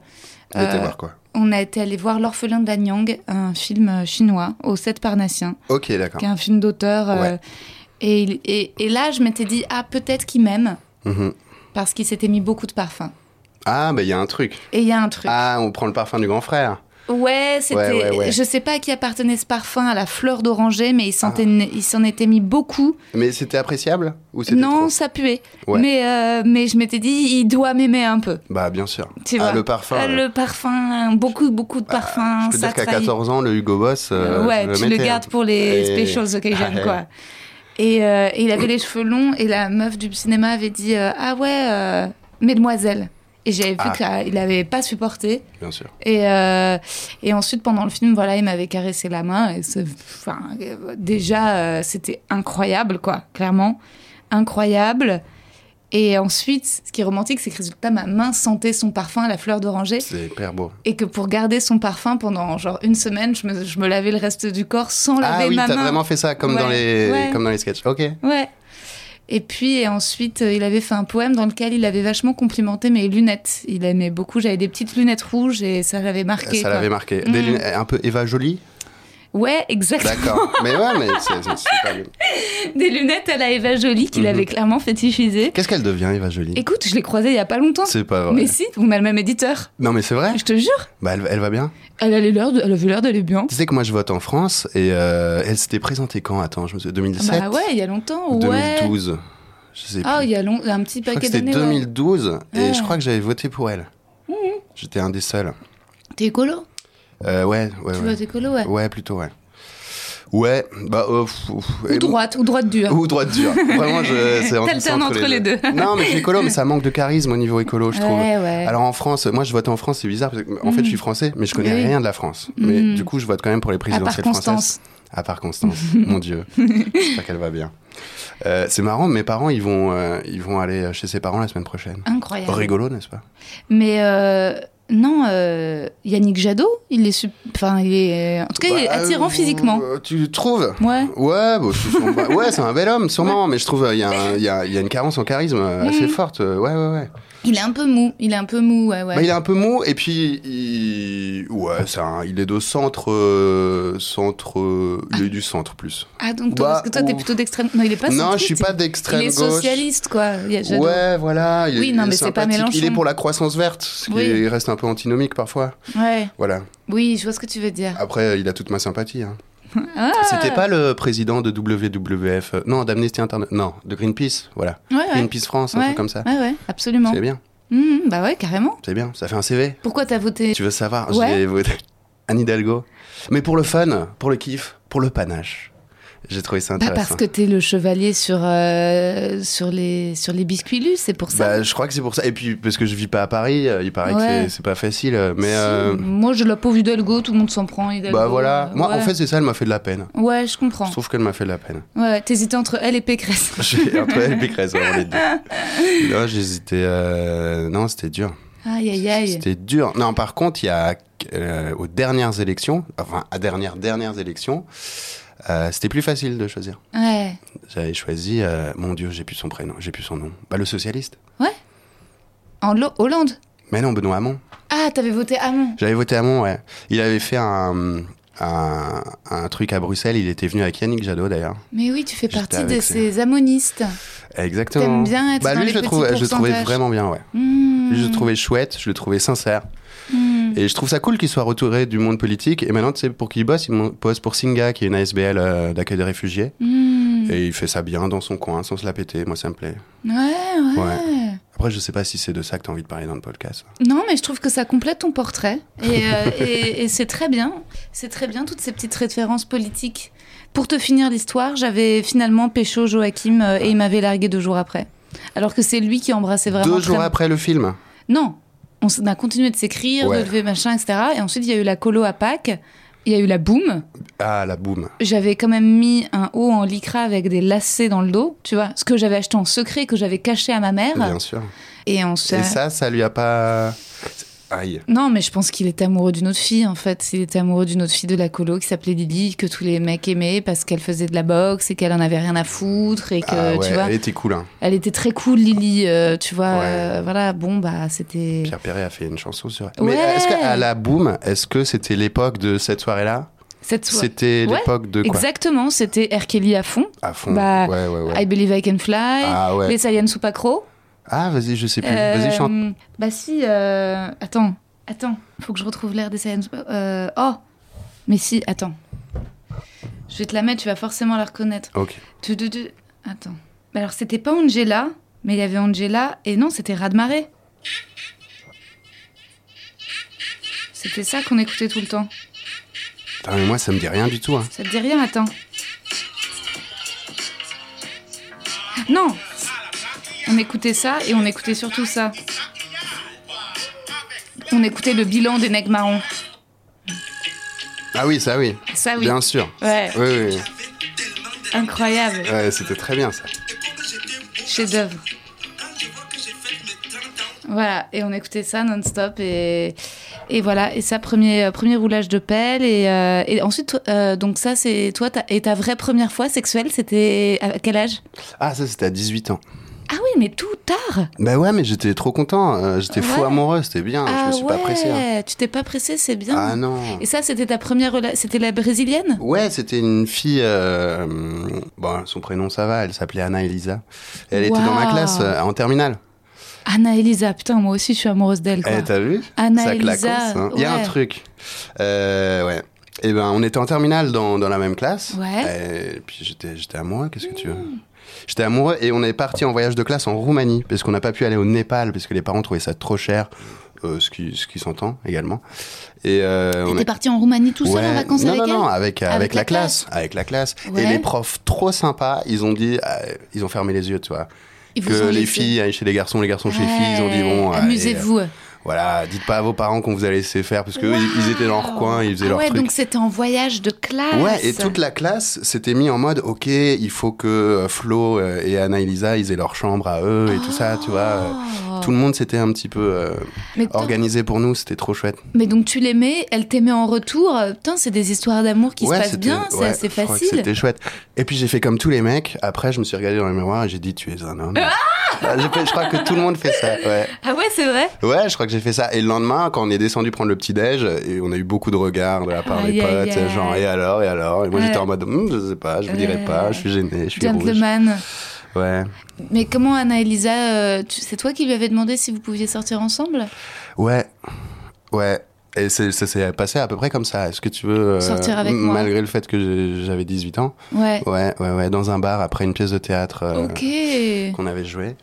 Speaker 3: Je vais te
Speaker 2: Euh,
Speaker 3: voir quoi.
Speaker 2: On a été allé voir L'Orphelin d'Anyang, un film euh, chinois au 7 Parnassien,
Speaker 3: Ok, d'accord.
Speaker 2: qui est un film d'auteur. euh,
Speaker 3: Ouais.
Speaker 2: et, il- et, et là, je m'étais dit, ah, peut-être qu'il m'aime,
Speaker 3: Mhm.
Speaker 2: parce qu'il s'était mis beaucoup de parfums.
Speaker 3: Ah, bah il y a un truc.
Speaker 2: Et il y a un truc.
Speaker 3: Ah, on prend le parfum du grand frère.
Speaker 2: Ouais, c'était.
Speaker 3: Ouais, ouais, ouais.
Speaker 2: Je sais pas à qui appartenait ce parfum, à la fleur d'oranger, mais il sentait
Speaker 3: Ah.
Speaker 2: une- il s'en était mis beaucoup.
Speaker 3: Mais c'était appréciable Ou c'était
Speaker 2: Non,
Speaker 3: trop
Speaker 2: ça puait.
Speaker 3: Ouais.
Speaker 2: Mais, euh, mais je m'étais dit, il doit m'aimer un peu.
Speaker 3: Bah, bien sûr.
Speaker 2: Tu
Speaker 3: ah,
Speaker 2: vois.
Speaker 3: le parfum.
Speaker 2: Ah,
Speaker 3: là.
Speaker 2: le parfum, beaucoup, beaucoup de parfums.
Speaker 3: Je peux
Speaker 2: ça
Speaker 3: dire qu'à
Speaker 2: trahit.
Speaker 3: 14 ans, le Hugo Boss. euh,
Speaker 2: ouais,
Speaker 3: je
Speaker 2: tu le
Speaker 3: mettais, hein.
Speaker 2: gardes pour les
Speaker 3: Et-
Speaker 2: specials occasions,
Speaker 3: Ah, ouais.
Speaker 2: quoi. Et, euh, et il avait les cheveux longs, et la meuf du cinéma avait dit euh, Ah ouais, euh, mesdemoiselles. Et j'avais
Speaker 3: Ah.
Speaker 2: vu qu'il avait pas supporté.
Speaker 3: Bien sûr.
Speaker 2: Et, euh, et ensuite, pendant le film, voilà, il m'avait caressé la main. Et c'est- enfin, euh, déjà, euh, c'était incroyable, quoi, clairement. Incroyable. Et ensuite, ce qui est romantique, c'est que résultat, ma main sentait son parfum à la fleur d'oranger.
Speaker 3: C'est hyper beau.
Speaker 2: Et que pour garder son parfum pendant genre une semaine, je me, je me lavais le reste du corps sans
Speaker 3: Ah
Speaker 2: laver
Speaker 3: oui,
Speaker 2: ma
Speaker 3: t'as
Speaker 2: main.
Speaker 3: vraiment fait ça comme, dans
Speaker 2: Ouais,
Speaker 3: les...
Speaker 2: ouais.
Speaker 3: comme dans les sketchs. Ok.
Speaker 2: Ouais. Et puis et ensuite, euh, il avait fait un poème dans lequel il avait vachement complimenté mes lunettes. Il aimait beaucoup. J'avais des petites lunettes rouges et ça l'avait marqué.
Speaker 3: ça
Speaker 2: quoi.
Speaker 3: l'avait marqué. Des
Speaker 2: Mm.
Speaker 3: lunettes- un peu Eva Jolie
Speaker 2: Ouais, exactement.
Speaker 3: D'accord. mais ouais, mais c'est c'est- c'est pas bien.
Speaker 2: Des lunettes à la Eva Jolie qu'il
Speaker 3: Mhm.
Speaker 2: avait clairement fétichisé.
Speaker 3: Qu'est-ce qu'elle devient, Eva Jolie
Speaker 2: Écoute, je l'ai croisée il y a pas longtemps.
Speaker 3: C'est pas vrai.
Speaker 2: Mais si, on a le même éditeur.
Speaker 3: Non, mais c'est vrai.
Speaker 2: Je te jure.
Speaker 3: Bah, elle, elle va bien.
Speaker 2: Elle, avait l'air de- elle avait l'air d'aller bien.
Speaker 3: Tu sais que moi, je vote en France et euh, elle s'était présentée quand Attends, je me souviens. 2007
Speaker 2: Bah ouais, il y a longtemps.
Speaker 3: ou
Speaker 2: Ouais.
Speaker 3: 2012 Je sais plus.
Speaker 2: Ah, il y a long- un petit
Speaker 3: je crois que
Speaker 2: paquet
Speaker 3: c'était
Speaker 2: d'années. ouais.
Speaker 3: 2012 et
Speaker 2: Ah Ouais. Mmh.
Speaker 3: je crois que j'avais voté pour elle. J'étais un des seuls.
Speaker 2: T'es écolo
Speaker 3: Euh, ouais, ouais,
Speaker 2: Tu
Speaker 3: ouais.
Speaker 2: vois, t'es écolo, ouais.
Speaker 3: Ouais, plutôt, ouais. Ouais, bah. euh, pff, pff,
Speaker 2: Ou
Speaker 3: et-
Speaker 2: droite, ou droite dure.
Speaker 3: Ou droite dure. Vraiment, je. c'est-
Speaker 2: T'alternes
Speaker 3: c'est
Speaker 2: entre les deux.
Speaker 3: non, mais je suis écolo, mais ça manque de charisme au niveau écolo, je trouve.
Speaker 2: Ouais, ouais.
Speaker 3: Alors en France, moi je vote en France, c'est bizarre parce que en fait je suis français, mais je connais
Speaker 2: Oui.
Speaker 3: rien de la France. Mais
Speaker 2: Mm.
Speaker 3: du coup, je vote quand même pour les
Speaker 2: à part
Speaker 3: présidentielles
Speaker 2: Constance.
Speaker 3: françaises. À part Constance, mon Dieu, j'espère qu'elle va bien. Euh, c'est marrant, mes parents ils vont euh, ils vont aller chez ses parents la semaine prochaine.
Speaker 2: Incroyable.
Speaker 3: Rigolo, n'est-ce pas
Speaker 2: Mais euh, non, euh, Yannick Jadot, il est, sup- enfin, il est, en tout cas, il est
Speaker 3: Bah,
Speaker 2: attirant
Speaker 3: euh,
Speaker 2: physiquement.
Speaker 3: euh, Tu trouves
Speaker 2: Ouais.
Speaker 3: Ouais, bah, c'est sûrement pas- ouais, c'est un bel homme, sûrement, mais je trouve euh, il y, a un- il y a, il y a une carence en charisme
Speaker 2: Mm.
Speaker 3: euh, assez forte. euh, Ouais, ouais, ouais.
Speaker 2: Il est un peu mou. Il est un peu mou. Ouais, ouais.
Speaker 3: Bah, il est un peu mou et puis il... ouais, c'est un- il est de centre, euh, centre, euh, il est du centre plus.
Speaker 2: Ah donc toi,
Speaker 3: Bah,
Speaker 2: parce que toi, t'es
Speaker 3: ouf.
Speaker 2: plutôt d'extrême. Non, il est pas.
Speaker 3: non,
Speaker 2: centriste,
Speaker 3: je suis pas
Speaker 2: Il
Speaker 3: d'extrême
Speaker 2: est
Speaker 3: gauche.
Speaker 2: socialiste, quoi. Il y a Jadot.
Speaker 3: Ouais, voilà. Il est,
Speaker 2: Oui, non,
Speaker 3: il est
Speaker 2: mais c'est pas
Speaker 3: sympathique.
Speaker 2: Mélenchon.
Speaker 3: Il est pour la croissance verte, ce qui
Speaker 2: Oui.
Speaker 3: est- reste un peu antinomique parfois.
Speaker 2: Ouais.
Speaker 3: Voilà.
Speaker 2: Oui, je vois ce que tu veux dire.
Speaker 3: Après, il a toute ma sympathie. hein.
Speaker 2: Ah.
Speaker 3: C'était pas le président de WWF, euh, non, d'Amnesty International, non, de Greenpeace, voilà.
Speaker 2: Ouais, ouais.
Speaker 3: Greenpeace France, un
Speaker 2: Ouais.
Speaker 3: truc comme ça.
Speaker 2: Ouais, ouais, absolument.
Speaker 3: C'est bien,
Speaker 2: Mhm, bah ouais, carrément.
Speaker 3: c'est bien. Ça fait un CV.
Speaker 2: Pourquoi t'as voté
Speaker 3: Tu veux savoir
Speaker 2: Ouais.
Speaker 3: J'ai voté Anne Hidalgo. Mais pour le fun, pour le kiff, pour le panache. J'ai trouvé ça
Speaker 2: Pas
Speaker 3: intéressant.
Speaker 2: Bah, parce que t'es le chevalier sur, euh, sur, les, sur les biscuits lus, c'est pour ça.
Speaker 3: Bah, je crois que c'est pour ça. Et puis, parce que je vis pas à Paris, euh, il paraît que
Speaker 2: Ouais.
Speaker 3: c'est- c'est pas facile. euh, Mais.
Speaker 2: Si,
Speaker 3: euh,
Speaker 2: Moi, j'ai la pauvre Hidalgo, tout le monde s'en prend. Hidalgo,
Speaker 3: Bah voilà,
Speaker 2: euh,
Speaker 3: moi en
Speaker 2: ouais.
Speaker 3: fait c'est ça, elle m'a fait de la peine.
Speaker 2: Ouais, je comprends.
Speaker 3: Je trouve qu'elle m'a fait de la peine.
Speaker 2: Ouais, t'hésitais entre elle et Pécresse.
Speaker 3: J'ai un peu elle et Pécresse, vraiment, les deux. Là j'hésitais. euh, Non, c'était dur.
Speaker 2: Aïe, aïe, aï.
Speaker 3: C'était dur. Non, par contre, il y a euh, aux dernières élections, enfin à dernières dernières élections, euh, c'était plus facile de choisir.
Speaker 2: Ouais.
Speaker 3: J'avais choisi, euh, mon Dieu, j'ai plus son prénom, j'ai plus son nom. Bah le socialiste.
Speaker 2: En Lo- Hollande
Speaker 3: Mais non, Benoît Hamon.
Speaker 2: Ah, t'avais voté Hamon.
Speaker 3: J'avais voté Hamon, ouais. Il avait fait un, un, un truc à Bruxelles. Il était venu avec Yannick Jadot d'ailleurs.
Speaker 2: Mais oui, tu fais
Speaker 3: J'étais
Speaker 2: partie
Speaker 3: avec
Speaker 2: de
Speaker 3: ses-
Speaker 2: ces ammonistes.
Speaker 3: Exactement.
Speaker 2: T'aimes bien être
Speaker 3: bah,
Speaker 2: dans
Speaker 3: lui,
Speaker 2: les
Speaker 3: je le
Speaker 2: petits
Speaker 3: trouvais, je le trouvais
Speaker 2: pourcentages.
Speaker 3: vraiment bien, ouais.
Speaker 2: Mmh.
Speaker 3: Je le trouvais chouette, je le trouvais sincère.
Speaker 2: Mmh.
Speaker 3: Et je trouve ça cool qu'il soit retouré du monde politique. Et maintenant, tu sais, pour qui il bosse, il mon- bosse pour Singa, qui est une ASBL euh, d'accueil des réfugiés.
Speaker 2: Mmh.
Speaker 3: Et il fait ça bien dans son coin, sans se la péter. Moi, ça me plaît.
Speaker 2: Ouais, ouais,
Speaker 3: Ouais. Après, je sais pas si c'est de ça que t'as envie de parler dans le podcast.
Speaker 2: Non, mais je trouve que ça complète ton portrait. Et, euh, et- et c'est très bien. C'est très bien, toutes ces petites références politiques. Pour te finir l'histoire, j'avais finalement pécho Joachim euh, et il m'avait largué deux jours après. Alors que c'est lui qui embrassait vraiment.
Speaker 3: Deux jours
Speaker 2: très-
Speaker 3: après le film.
Speaker 2: Non, on s- on a continué de s'écrire,
Speaker 3: Ouais.
Speaker 2: de lever machin, etc. Et ensuite, il y a eu la colo à Pâques. Il y a eu la boum.
Speaker 3: Ah, la boum.
Speaker 2: J'avais quand même mis un haut en lycra avec des lacets dans le dos, tu vois, ce que j'avais acheté en secret, que j'avais caché à ma mère.
Speaker 3: Bien sûr.
Speaker 2: Et on se-
Speaker 3: Et ça, ça lui a pas. Aïe.
Speaker 2: Non, mais je pense qu'il était amoureux d'une autre fille, en fait. Il était amoureux d'une autre fille de la colo qui s'appelait Lily, que tous les mecs aimaient parce qu'elle faisait de la boxe et qu'elle en avait rien à foutre et que,
Speaker 3: Ah ouais,
Speaker 2: tu vois,
Speaker 3: elle était cool. Hein.
Speaker 2: elle était très cool, Lily, euh, tu vois.
Speaker 3: Ouais.
Speaker 2: euh, voilà, bon, bah, c'était...
Speaker 3: Pierre Perret a fait une chanson sur.
Speaker 2: Ouais.
Speaker 3: Mais est-ce qu'à la boum, est-ce que c'était l'époque de cette soirée-là
Speaker 2: Cette soirée.
Speaker 3: C'était
Speaker 2: Ouais,
Speaker 3: l'époque de quoi
Speaker 2: Exactement, c'était R. Kelly à fond,
Speaker 3: À fond.
Speaker 2: Bah,
Speaker 3: ouais, ouais, ouais.
Speaker 2: I Believe I Can Fly,
Speaker 3: Ah ouais.
Speaker 2: Les Saliens sous Pacro.
Speaker 3: Ah, vas-y, je sais plus.
Speaker 2: Euh,
Speaker 3: Vas-y, chante.
Speaker 2: Bah si, euh, attends, attends, faut que je retrouve l'air des Saiyans. Euh, oh, mais si, attends. Je vais te la mettre, tu vas forcément la reconnaître.
Speaker 3: Ok.
Speaker 2: Tu, tu, tu- Attends. Mais alors c'était pas Angela, mais il y avait Angela, et non, c'était Radmaré. C'était ça qu'on écoutait tout le temps.
Speaker 3: Putain, mais moi, ça me dit rien du tout. Hein.
Speaker 2: Ça te dit rien, attends. Non On écoutait ça et on écoutait surtout ça. On écoutait le bilan des nègres marrons.
Speaker 3: Ah oui, ça oui.
Speaker 2: Ça, oui.
Speaker 3: Bien sûr.
Speaker 2: Ouais,
Speaker 3: Oui, oui.
Speaker 2: incroyable.
Speaker 3: Ouais, c'était très bien ça.
Speaker 2: Chef-d'œuvre. Voilà, et on écoutait ça non-stop. Et, et voilà, et ça, premier, euh, premier roulage de pelle. Et, euh, et ensuite, toi- euh, donc ça, c'est toi, ta- et ta vraie première fois sexuelle, c'était à quel âge
Speaker 3: Ah, ça, c'était à 18 ans.
Speaker 2: Ah oui, mais tout tard
Speaker 3: Bah ouais, mais j'étais trop content. euh, j'étais fou
Speaker 2: Ouais.
Speaker 3: amoureux. C'était bien. je
Speaker 2: Ah
Speaker 3: me suis pas pressé. hein.
Speaker 2: ouais, Tu t'es pas pressé, c'est bien.
Speaker 3: Ah non.
Speaker 2: Et ça, c'était ta première relation C'était la brésilienne
Speaker 3: Ouais, c'était une fille. euh, hum, bon, son prénom ça va. Elle s'appelait Anna Elisa. Elle était dans ma
Speaker 2: Waouh.
Speaker 3: classe euh, en terminale.
Speaker 2: Anna Elisa, putain, moi aussi, je suis amoureuse d'elle. quoi.
Speaker 3: Eh, t'as vu
Speaker 2: Anna
Speaker 3: Ça
Speaker 2: Elisa,
Speaker 3: claque. hein. Il y a
Speaker 2: Bah, ouais.
Speaker 3: un truc. Euh, ouais. Et ben, on était en terminale dans, dans la même classe.
Speaker 2: Ouais.
Speaker 3: Et puis j'étais j'étais amoureux. Qu'est-ce que tu veux J'étais amoureux et on est parti en voyage de classe en Roumanie parce qu'on n'a pas pu aller au Népal parce que les parents trouvaient ça trop cher. euh, ce qui, ce qui s'entend également. Et euh, on
Speaker 2: T'es parti en Roumanie tout seul
Speaker 3: Ouais.
Speaker 2: en vacances
Speaker 3: non,
Speaker 2: avec
Speaker 3: non,
Speaker 2: elle
Speaker 3: non, avec, euh, avec,
Speaker 2: Avec
Speaker 3: la,
Speaker 2: la
Speaker 3: classe. Avec la classe.
Speaker 2: Ouais.
Speaker 3: Et les profs trop sympas, ils ont dit, euh, ils ont fermé les yeux, tu vois.
Speaker 2: Ils vous ont
Speaker 3: que les
Speaker 2: laissé.
Speaker 3: filles aillent chez les garçons, les garçons chez les filles, ils ont dit
Speaker 2: Ouais,
Speaker 3: bon. euh,
Speaker 2: Amusez-vous.
Speaker 3: et, euh, voilà, dites pas à vos parents qu'on vous a laissé faire parce que eux, ils, ils étaient dans leur
Speaker 2: Waouh.
Speaker 3: coin, ils faisaient
Speaker 2: Ah
Speaker 3: leur
Speaker 2: ouais,
Speaker 3: truc.
Speaker 2: donc c'était en voyage de classe.
Speaker 3: Ouais, et toute la classe s'était mis en mode, ok, il faut que euh, Flo euh, et Anna Elisa, ils aient leur chambre à eux et tout ça, tu vois. euh,
Speaker 2: Oh.
Speaker 3: Tout le monde s'était un petit peu euh,
Speaker 2: Mais, putain,
Speaker 3: organisé pour nous, c'était trop chouette.
Speaker 2: mais donc tu l'aimais, elle t'aimait en retour. Euh, Putain, c'est des histoires d'amour qui
Speaker 3: Ouais,
Speaker 2: se passent
Speaker 3: c'était-
Speaker 2: bien, c'est
Speaker 3: ouais,
Speaker 2: assez
Speaker 3: je crois que
Speaker 2: facile.
Speaker 3: C'était chouette. Et puis j'ai fait comme tous les mecs. Après, je me suis regardé dans le miroir et j'ai dit Tu es un homme. Ah, j'ai fait- je crois que tout le monde fait ça. Ouais,
Speaker 2: Ah ouais, c'est vrai
Speaker 3: ouais je crois que j'ai fait ça. Et le lendemain, quand on est descendu prendre le petit-déj, et on a eu beaucoup de regards de la part
Speaker 2: Aïe,
Speaker 3: des
Speaker 2: aïe,
Speaker 3: potes,
Speaker 2: aïe.
Speaker 3: genre Et alors Et alors Et moi, j'étais
Speaker 2: Ouais.
Speaker 3: en mode Hum, Je sais pas, je vous dirai
Speaker 2: Ouais.
Speaker 3: pas, je suis gêné, je suis rouge.
Speaker 2: Gentleman.
Speaker 3: Ouais.
Speaker 2: Mais comment Anna Elisa, euh, tu- c'est toi qui lui avais demandé si vous pouviez sortir ensemble
Speaker 3: Ouais. Ouais. Et c'est- ça s'est passé à peu près comme ça. Est-ce que tu veux. euh,
Speaker 2: Sortir avec moi.
Speaker 3: Malgré le fait que j'ai- j'avais 18 ans.
Speaker 2: Ouais.
Speaker 3: Ouais, ouais, ouais. Dans un bar après une pièce de théâtre. euh,
Speaker 2: Ok.
Speaker 3: qu'on avait joué.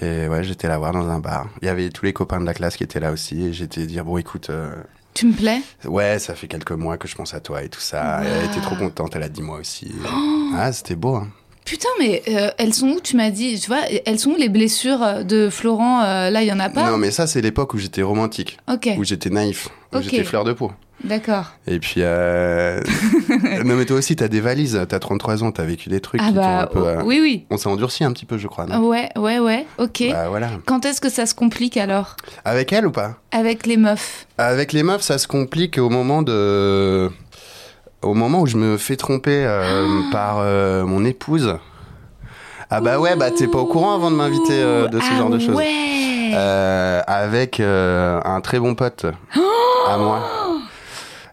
Speaker 3: Et ouais, j'étais la voir dans un bar. Il y avait tous les copains de la classe qui étaient là aussi. Et j'étais dire, bon, écoute, euh,
Speaker 2: Tu me plais
Speaker 3: ouais, ça fait quelques mois que je pense à toi et tout ça. Et elle était trop contente, elle a dit moi aussi. ah, c'était beau. hein.
Speaker 2: Putain, mais euh, elles sont où Tu m'as dit, tu vois, elles sont où les blessures de Florent Euh, Là, il y en a pas.
Speaker 3: Non, mais ça, c'est l'époque où j'étais romantique,
Speaker 2: Ok,
Speaker 3: où j'étais naïf, où
Speaker 2: Ok.
Speaker 3: j'étais fleur de peau.
Speaker 2: d'accord.
Speaker 3: Et puis, euh... non, mais toi aussi, t'as des valises, t'as 33 ans, t'as vécu des trucs
Speaker 2: Ah
Speaker 3: qui t'ont
Speaker 2: bah,
Speaker 3: un peu. euh,
Speaker 2: oui, oui.
Speaker 3: On s'est endurci un petit peu, je crois. Non
Speaker 2: Ouais, ouais, ouais. Ok.
Speaker 3: Bah voilà.
Speaker 2: Quand est-ce que ça se complique alors
Speaker 3: Avec elle ou pas
Speaker 2: Avec les meufs
Speaker 3: Avec les meufs, ça se complique au moment de. Au moment où je me fais tromper euh, par euh, mon épouse. Ah bah ouais, bah t'es pas au courant avant de m'inviter euh, de ce
Speaker 2: Ah
Speaker 3: genre de choses.
Speaker 2: Ouais.
Speaker 3: Euh, avec euh, un très bon pote à moi.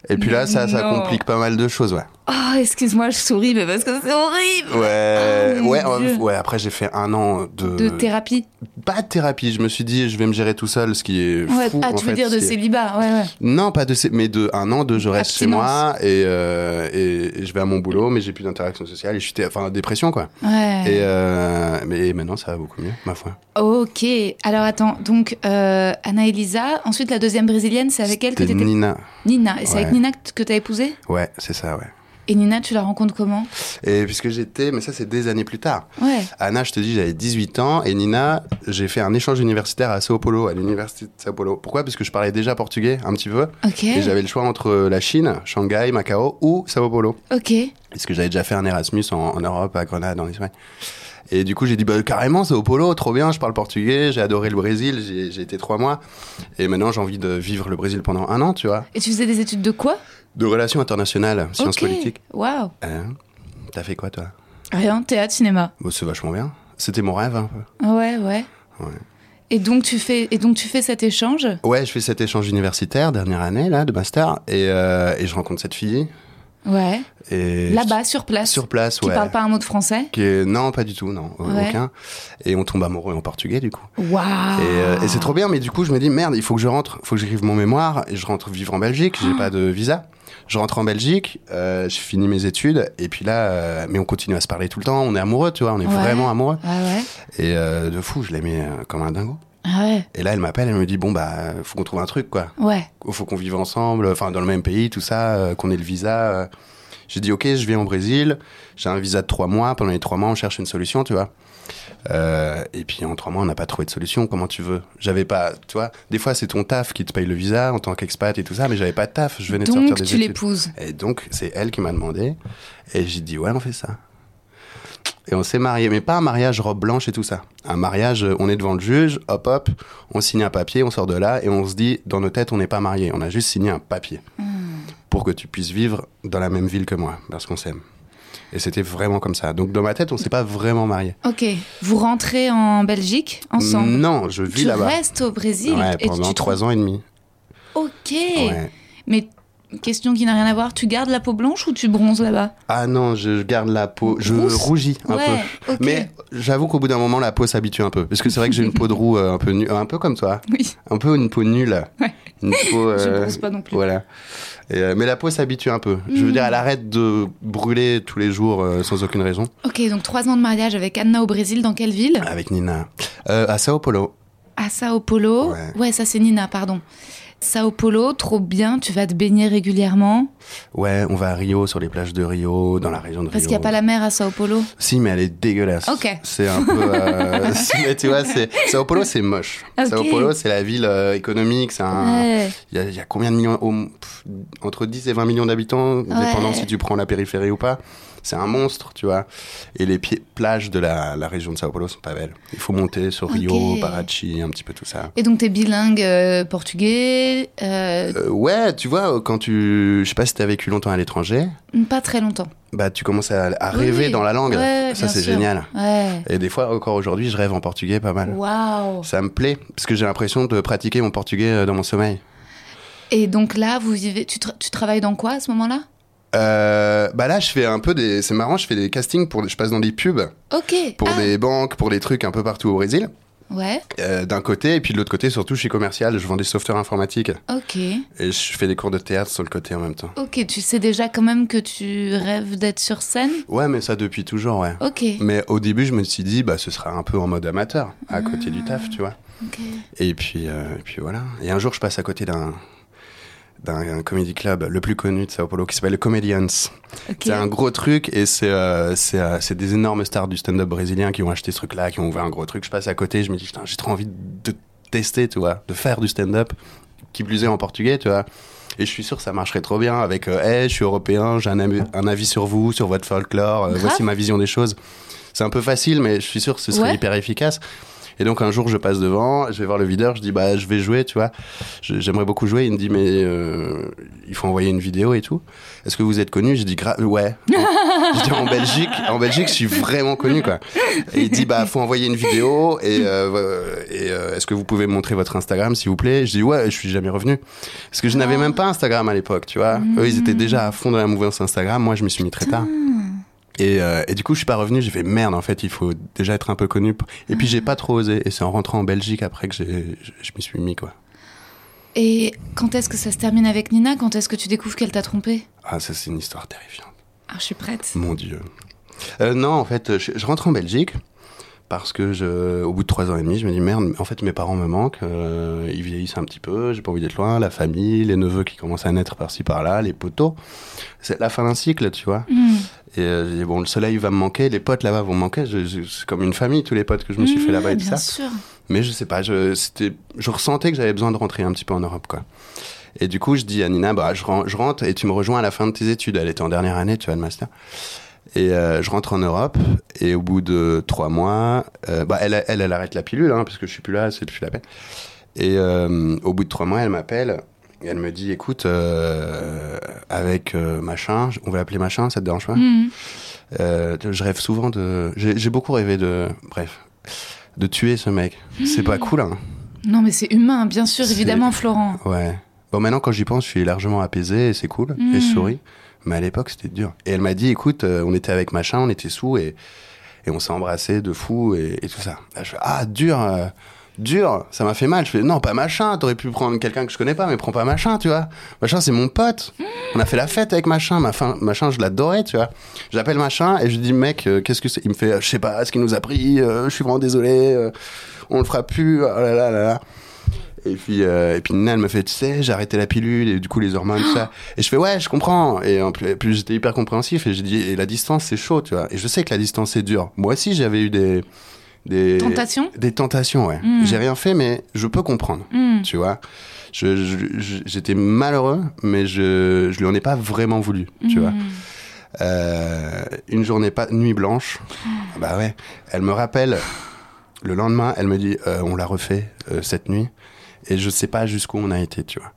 Speaker 3: Et puis là, ça, ça
Speaker 2: Non.
Speaker 3: complique pas mal de choses, ouais.
Speaker 2: Oh, excuse-moi, je souris, mais parce que c'est horrible.
Speaker 3: Ouais,
Speaker 2: Oh, mon
Speaker 3: ouais, euh,
Speaker 2: Dieu.
Speaker 3: ouais. Après, j'ai fait un an de,
Speaker 2: De thérapie.
Speaker 3: pas de thérapie. Je me suis dit, je vais me gérer tout seul, ce qui est
Speaker 2: Ouais.
Speaker 3: fou.
Speaker 2: ah,
Speaker 3: en
Speaker 2: tu veux
Speaker 3: fait,
Speaker 2: dire
Speaker 3: ce
Speaker 2: de
Speaker 3: qui est-
Speaker 2: célibat Ouais, ouais.
Speaker 3: Non, pas de ces- mais de un an, de je reste chez moi et, euh, et, et je vais à mon boulot, mais j'ai plus d'interaction sociale et je suis té- enfin dépression quoi.
Speaker 2: Ouais.
Speaker 3: Et euh, mais maintenant ça va beaucoup mieux, ma foi.
Speaker 2: Ok. Alors attends, donc euh, Anna Elisa, ensuite la deuxième brésilienne, c'est avec elle que
Speaker 3: C'était
Speaker 2: t'étais.
Speaker 3: Nina.
Speaker 2: Nina. Et c'est
Speaker 3: Ouais.
Speaker 2: avec Nina que t- que t'as épousé
Speaker 3: Ouais, c'est ça, ouais.
Speaker 2: Et Nina, tu la rencontres comment
Speaker 3: Et puisque j'étais, mais ça c'est des années plus tard.
Speaker 2: Ouais.
Speaker 3: Anna, je te dis, j'avais 18 ans et Nina, j'ai fait un échange universitaire à Sao Paulo, à l'université de Sao Paulo. Pourquoi Parce que je parlais déjà portugais un petit peu
Speaker 2: Ok.
Speaker 3: et j'avais le choix entre la Chine, Shanghai, Macao ou Sao Paulo.
Speaker 2: Ok.
Speaker 3: Parce que j'avais déjà fait un Erasmus en, en Europe, à Grenade, en Espagne. Et du coup, j'ai dit, bah, carrément, Sao Paulo, trop bien, je parle portugais, j'ai adoré le Brésil, j'y ai- j'ai été trois mois. Et maintenant, j'ai envie de vivre le Brésil pendant un an, tu vois.
Speaker 2: Et tu faisais des études de quoi
Speaker 3: De relations internationales, sciences
Speaker 2: Ok.
Speaker 3: politiques.
Speaker 2: Waouh.
Speaker 3: Hein T'as fait quoi, toi
Speaker 2: Rien, théâtre, cinéma.
Speaker 3: Bon, C'est vachement bien. C'était mon rêve, un peu.
Speaker 2: Ouais, ouais.
Speaker 3: Ouais.
Speaker 2: Et donc tu fais, et donc tu fais cet échange.
Speaker 3: Ouais, je fais cet échange universitaire, dernière année, là, de master, et, euh, et je rencontre cette fille.
Speaker 2: Ouais.
Speaker 3: Et
Speaker 2: Là-bas, sur place.
Speaker 3: Sur place,
Speaker 2: Qui
Speaker 3: ouais.
Speaker 2: parle pas un mot de français.
Speaker 3: Qui est- Non, pas du tout, non,
Speaker 2: Ouais.
Speaker 3: aucun. Et on tombe amoureux en portugais, du coup.
Speaker 2: Waouh.
Speaker 3: Et, euh, et c'est trop bien, mais du coup, je me dis, merde, il faut que je rentre, faut que j'écrive mon mémoire, et je rentre vivre en Belgique, j'ai pas de visa. Je rentre en Belgique, euh, je finis mes études, et puis là, euh, mais on continue à se parler tout le temps, on est amoureux, tu vois, on est
Speaker 2: Ouais.
Speaker 3: vraiment amoureux.
Speaker 2: Ah ouais.
Speaker 3: Et euh, de fou, je l'aimais euh, comme un dingo.
Speaker 2: Ah ouais.
Speaker 3: Et là, elle m'appelle, elle me dit, bon, bah, faut qu'on trouve un truc, quoi.
Speaker 2: Ouais.
Speaker 3: Faut qu'on vive ensemble, enfin, dans le même pays, tout ça, euh, qu'on ait le visa. euh. J'ai dit, ok, je vais en Brésil, j'ai un visa de trois mois, pendant les trois mois, on cherche une solution, tu vois. Euh, et puis en trois mois, on n'a pas trouvé de solution. Comment tu veux J'avais pas, tu vois. Des fois, c'est ton taf qui te paye le visa en tant qu'expat et tout ça, mais j'avais pas de taf. Je venais de sortir
Speaker 2: Donc
Speaker 3: des
Speaker 2: tu
Speaker 3: études.
Speaker 2: l'épouses.
Speaker 3: Et donc, c'est elle qui m'a demandé. Et j'ai dit, ouais, on fait ça. Et on s'est marié, mais pas un mariage robe blanche et tout ça. Un mariage, euh, on est devant le juge, hop hop, on signe un papier, on sort de là et on se dit, dans nos têtes, on n'est pas mariés. On a juste signé un papier
Speaker 2: Hmm.
Speaker 3: pour que tu puisses vivre dans la même ville que moi, parce qu'on s'aime. Et c'était vraiment comme ça. Donc dans ma tête, on s'est pas vraiment mariés.
Speaker 2: Ok. Vous rentrez en Belgique ensemble.
Speaker 3: Non, je vis
Speaker 2: tu
Speaker 3: là-bas.
Speaker 2: restes au Brésil
Speaker 3: Ouais,
Speaker 2: et
Speaker 3: pendant
Speaker 2: tu
Speaker 3: trois ans et demi.
Speaker 2: Ok.
Speaker 3: Ouais.
Speaker 2: Mais question qui n'a rien à voir, tu gardes la peau blanche ou tu bronzes là-bas
Speaker 3: Ah non, je garde la peau, je
Speaker 2: Rousse.
Speaker 3: rougis un
Speaker 2: Ouais,
Speaker 3: peu.
Speaker 2: ok.
Speaker 3: Mais j'avoue qu'au bout d'un moment, la peau s'habitue un peu. Parce que c'est vrai que j'ai une peau de roux euh, un peu nu- un peu comme toi,
Speaker 2: Oui.
Speaker 3: un peu une peau nulle.
Speaker 2: Ouais.
Speaker 3: Une peau,
Speaker 2: Je
Speaker 3: euh,
Speaker 2: bronze pas non plus. Hmm.
Speaker 3: Voilà. Et, euh, mais la peau s'habitue un peu. Je veux dire, elle arrête de brûler tous les jours euh, sans aucune raison.
Speaker 2: Ok, donc trois ans de mariage avec Anna au Brésil, dans quelle ville
Speaker 3: Avec Nina. Euh, à Sao Paulo.
Speaker 2: À Sao Paulo.
Speaker 3: Ouais.
Speaker 2: ça c'est Nina, pardon. Sao Paulo, trop bien, tu vas te baigner régulièrement.
Speaker 3: Ouais, on va à Rio, sur les plages de Rio, dans la région de Rio.
Speaker 2: Parce qu'il n'y a pas la mer à Sao Paulo.
Speaker 3: Si, mais elle est dégueulasse.
Speaker 2: Ok.
Speaker 3: C'est un peu. euh, si, mais tu vois, c'est- Sao Paulo, c'est moche.
Speaker 2: Ok.
Speaker 3: Sao Paulo, c'est la ville euh, économique. C'est un.
Speaker 2: Ouais.
Speaker 3: Il y, a- il y a combien de millions au- pff, Entre 10 et 20 millions d'habitants, dépendant si tu prends la périphérie ou pas. C'est un monstre, tu vois. Et les pi- plages de la, la région de Sao Paulo sont pas belles. Il faut monter sur Rio,
Speaker 2: Ok.
Speaker 3: Parachi, un petit peu tout ça.
Speaker 2: Et donc t'es bilingue euh, portugais, euh,
Speaker 3: Euh, ouais, tu vois, quand tu. Je sais pas si t'as vécu longtemps à l'étranger,
Speaker 2: pas très longtemps.
Speaker 3: bah tu commences à, à
Speaker 2: Oui,
Speaker 3: rêver
Speaker 2: oui.
Speaker 3: dans la langue.
Speaker 2: Ouais,
Speaker 3: ça,
Speaker 2: bien
Speaker 3: c'est
Speaker 2: sûr.
Speaker 3: génial.
Speaker 2: Ouais.
Speaker 3: Et des fois, encore aujourd'hui, je rêve en portugais pas mal.
Speaker 2: Waouh.
Speaker 3: Ça me plaît, parce que j'ai l'impression de pratiquer mon portugais euh, dans mon sommeil.
Speaker 2: Et donc là, vous vivez, tu, tra- tu travailles dans quoi à ce moment-là
Speaker 3: Euh, bah là, je fais un peu des. C'est marrant, je fais des castings pour. Je passe dans des pubs
Speaker 2: Ok.
Speaker 3: pour
Speaker 2: Ah,
Speaker 3: des banques, pour des trucs un peu partout au Brésil.
Speaker 2: Ouais.
Speaker 3: euh, D'un côté, et puis de l'autre côté, surtout, je suis commercial, je vends des softwares informatiques
Speaker 2: Ok.
Speaker 3: et je fais des cours de théâtre sur le côté en même temps.
Speaker 2: Ok, tu sais déjà quand même que tu rêves d'être sur scène
Speaker 3: Ouais, mais ça depuis toujours, ouais.
Speaker 2: Ok.
Speaker 3: Mais au début, je me suis dit, bah, ce sera un peu en mode amateur,
Speaker 2: Ah.
Speaker 3: à côté du taf, tu vois.
Speaker 2: ok.
Speaker 3: Et puis, euh, et puis voilà. Et un jour, je passe à côté d'un d'un comédie club le plus connu de Sao Paulo qui s'appelle le Comedians.
Speaker 2: Ok.
Speaker 3: C'est un gros truc et c'est euh, c'est euh, c'est des énormes stars du stand-up brésilien qui ont acheté ce truc-là, qui ont ouvert un gros truc. Je passe à côté, je me dis putain, j'ai trop envie de tester, tu vois, de faire du stand-up qui plus est en portugais, tu vois. Et je suis sûr que ça marcherait trop bien avec euh, Hey, je suis européen, j'ai un, ami- un avis sur vous, sur votre folklore, euh,
Speaker 2: Grave.
Speaker 3: voici ma vision des choses. C'est un peu facile, mais je suis sûr que ce serait
Speaker 2: Ouais.
Speaker 3: hyper efficace. Et donc un jour, je passe devant, je vais voir le videur, je dis bah je vais jouer, tu vois. Je- J'aimerais beaucoup jouer. Il me dit mais euh, il faut envoyer une vidéo et tout. Est-ce que vous êtes connu Je dis Gra- ouais. je dis en Belgique, en Belgique, je suis vraiment connu quoi. Et il dit bah faut envoyer une vidéo et, euh, et, euh, est-ce que vous pouvez me montrer votre Instagram s'il vous plaît Je dis ouais, je suis jamais revenu parce que je n'avais même pas Instagram à l'époque, tu vois. Eux ils étaient déjà à fond dans la mouvance Instagram, moi je m'y suis mis très tard. Et, euh, et du coup, je suis pas revenu. J'ai fait merde. En fait, il faut déjà être un peu connu. pour- Et puis, j'ai pas trop osé. Et c'est en rentrant en Belgique après que j'ai, je, je m'y suis mis, quoi.
Speaker 2: Et quand est-ce que ça se termine avec Nina Quand est-ce que tu découvres qu'elle t'a trompé
Speaker 3: Ah, ça, c'est une histoire terrifiante.
Speaker 2: Ah, je suis prête.
Speaker 3: Mon Dieu. Euh, non, en fait, je, je rentre en Belgique parce que je, au bout de trois ans et demi, je me dis merde, en fait mes parents me manquent, euh, ils vieillissent un petit peu, j'ai pas envie d'être loin, la famille, les neveux qui commencent à naître par-ci par-là, les poteaux, c'est la fin d'un cycle, tu vois.
Speaker 2: Mm.
Speaker 3: Et euh, j'ai dit, bon, le soleil va me manquer, les potes là-bas vont me manquer, je- je- c'est comme une famille, tous les potes que je me suis fait
Speaker 2: Mm,
Speaker 3: là-bas et tout
Speaker 2: bien
Speaker 3: ça.
Speaker 2: sûr.
Speaker 3: Mais je sais pas, je, c'était, je ressentais que j'avais besoin de rentrer un petit peu en Europe, quoi. Et du coup, je dis à Nina, bah, je, ren- je rentre et tu me rejoins à la fin de tes études. Elle était en dernière année, tu vois, le master. Et euh, je rentre en Europe et au bout de trois mois, euh, bah, elle, elle, elle arrête la pilule, hein, parce que je suis plus là, c'est plus la peine. Et euh, au bout de trois mois, elle m'appelle et elle me dit, écoute, euh, avec euh, machin, on va l'appeler machin, ça te dérange pas
Speaker 2: Mm.
Speaker 3: euh, je rêve souvent de. J'ai j'ai beaucoup rêvé de. Bref. De tuer ce mec. C'est pas cool, hein.
Speaker 2: Non, mais c'est humain, bien sûr,
Speaker 3: C'est-
Speaker 2: évidemment, Florent.
Speaker 3: Ouais. Bon, maintenant, quand j'y pense, je suis largement apaisé et c'est cool. Et je
Speaker 2: Mm.
Speaker 3: souris. Mais à l'époque, c'était dur. Et elle m'a dit écoute, euh, on était avec machin, on était sous et, et on s'est embrassé de fou et, et tout ça. Là, je fais ah, dur, euh, dur, ça m'a fait mal. Je fais non, pas machin, t'aurais pu prendre quelqu'un que je connais pas, mais prends pas machin, tu vois. Machin, c'est mon pote. On a fait la fête avec machin. Ma fin- machin, je l'adorais, tu vois. J'appelle machin et je lui dis mec, euh, qu'est-ce que c'est Il me fait je sais pas ce qu'il nous a pris, euh, je suis vraiment désolé, euh, on le fera plus, oh là là là là. Et puis, euh, et puis Nina, elle me fait, tu sais, j'ai arrêté la pilule et du coup les hormones, tout ça. Et je fais, ouais, je comprends. Et en plus, et puis j'étais hyper compréhensif et j'ai dit, et la distance, c'est chaud, tu vois. Et je sais que la distance, c'est dur. Moi aussi, j'avais eu des. Des
Speaker 2: Tentation
Speaker 3: Des tentations, ouais.
Speaker 2: Mm.
Speaker 3: J'ai rien fait, mais je peux comprendre,
Speaker 2: Mm.
Speaker 3: tu vois. Je- je- je- j'étais malheureux, mais je, je lui en ai pas vraiment voulu, tu vois.
Speaker 2: Mm.
Speaker 3: Euh, une journée pas nuit blanche. Bah ouais. Elle me rappelle le lendemain. Elle me dit euh, on l'a refait euh, cette nuit et je sais pas jusqu'où on a été, tu vois.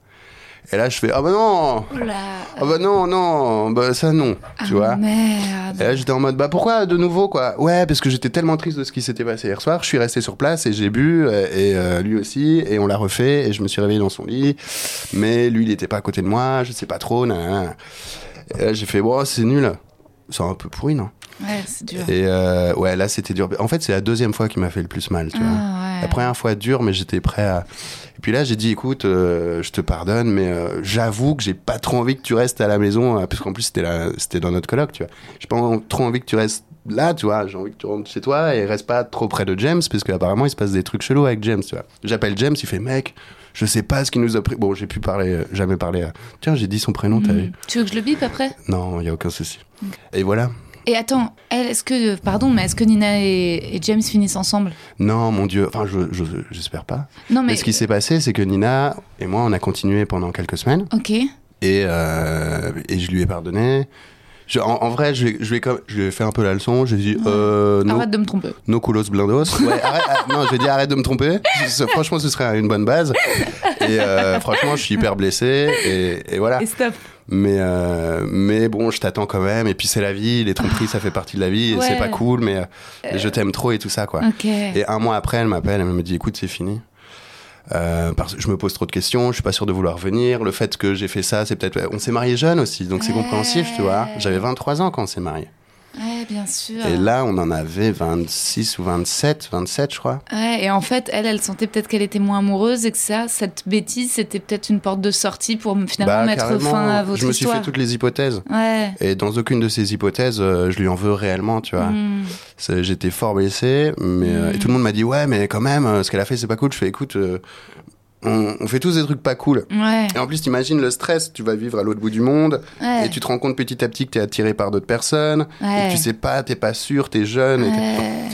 Speaker 3: Et là je fais ah bah non
Speaker 2: Oh là,
Speaker 3: ah bah non non bah ça non
Speaker 2: ah,
Speaker 3: tu vois.
Speaker 2: Merde.
Speaker 3: Et là, j'étais en mode, bah pourquoi de nouveau quoi Ouais, parce que j'étais tellement triste de ce qui s'était passé hier soir, je suis resté sur place et j'ai bu, euh, et euh, lui aussi, et on l'a refait, et je me suis réveillé dans son lit, mais lui il était pas à côté de moi, je sais pas trop, nanana. Et là, j'ai fait, bon, c'est nul. C'est un peu pourri, non
Speaker 2: Ouais, c'est dur.
Speaker 3: Et euh, ouais, là c'était dur. En fait, c'est la deuxième fois qui m'a fait le plus mal, tu vois.
Speaker 2: Ah, ouais.
Speaker 3: La première fois dur, mais j'étais prêt à. Et puis là, j'ai dit, écoute, euh, je te pardonne, mais euh, j'avoue que j'ai pas trop envie que tu restes à la maison, euh, parce qu'en plus c'était là, c'était dans notre colloque, tu vois. J'ai pas en- trop envie que tu restes là, tu vois. J'ai envie que tu rentres chez toi et reste pas trop près de James, parce qu'apparemment il se passe des trucs chelous avec James, tu vois. J'appelle James, il fait, mec, je sais pas ce qu'il nous a pris. Bon, j'ai pu parler, euh, jamais parler. à- Tiens, j'ai dit son prénom, t'as vu
Speaker 2: Mm. Tu veux que je le bip après
Speaker 3: Non, y a aucun souci. Et voilà.
Speaker 2: Et attends, elle, est-ce que, pardon, mais est-ce que Nina et, et James finissent ensemble
Speaker 3: Non, mon Dieu. Enfin, je, je- j'espère pas.
Speaker 2: Non, mais.
Speaker 3: Mais ce qui s'est passé, c'est que Nina et moi, on a continué pendant quelques semaines.
Speaker 2: Ok.
Speaker 3: et, euh, et je lui ai pardonné. Je- en, en vrai, je, lui ai- je, lui ai comme- je lui ai fait un peu la leçon. J'ai dit, euh, no,
Speaker 2: Arrête de me tromper.
Speaker 3: no culos blindos. Ouais, arrête, ah, non, j'ai dit, arrête de me tromper. Ce- franchement, ce serait une bonne base. Et euh, franchement, je suis hyper blessé. Et, et voilà.
Speaker 2: Et stop.
Speaker 3: Mais, euh, mais bon, je t'attends quand même. Et puis, c'est la vie. Les tromperies, ça fait partie de la vie. Et
Speaker 2: Ouais.
Speaker 3: c'est pas cool, mais euh, je t'aime trop et tout ça, quoi.
Speaker 2: Ok.
Speaker 3: Et un mois après, elle m'appelle, elle me dit écoute, c'est fini. Euh, parce que je me pose trop de questions, je suis pas sûr de vouloir venir. Le fait que j'ai fait ça, c'est peut-être. On s'est marié jeune aussi, donc c'est
Speaker 2: Ouais.
Speaker 3: compréhensif, tu vois. J'avais 23 ans quand on s'est marié.
Speaker 2: Ouais, bien sûr.
Speaker 3: Et là, on en avait 26 ou 27, 27, je crois.
Speaker 2: Ouais, et en fait, elle, elle sentait peut-être qu'elle était moins amoureuse et que ça, cette bêtise, c'était peut-être une porte de sortie pour finalement mettre
Speaker 3: Bah, carrément,
Speaker 2: fin à votre
Speaker 3: je me suis
Speaker 2: histoire.
Speaker 3: fait toutes les hypothèses.
Speaker 2: Ouais.
Speaker 3: Et dans aucune de ces hypothèses, euh, je lui en veux réellement, tu vois.
Speaker 2: Mm.
Speaker 3: C'est- J'étais fort blessé, mais euh, et tout le monde m'a dit ouais, mais quand même, euh, ce qu'elle a fait, c'est pas cool. Je fais écoute, euh, on- on fait tous des trucs pas cool.
Speaker 2: Ouais.
Speaker 3: Et en plus, t'imagines le stress, tu vas vivre à l'autre bout du monde,
Speaker 2: Ouais.
Speaker 3: et tu te rends compte petit à petit que t'es attiré par d'autres personnes,
Speaker 2: Ouais.
Speaker 3: et que tu sais pas, t'es pas sûr, t'es jeune. et t'es-
Speaker 2: Ouais.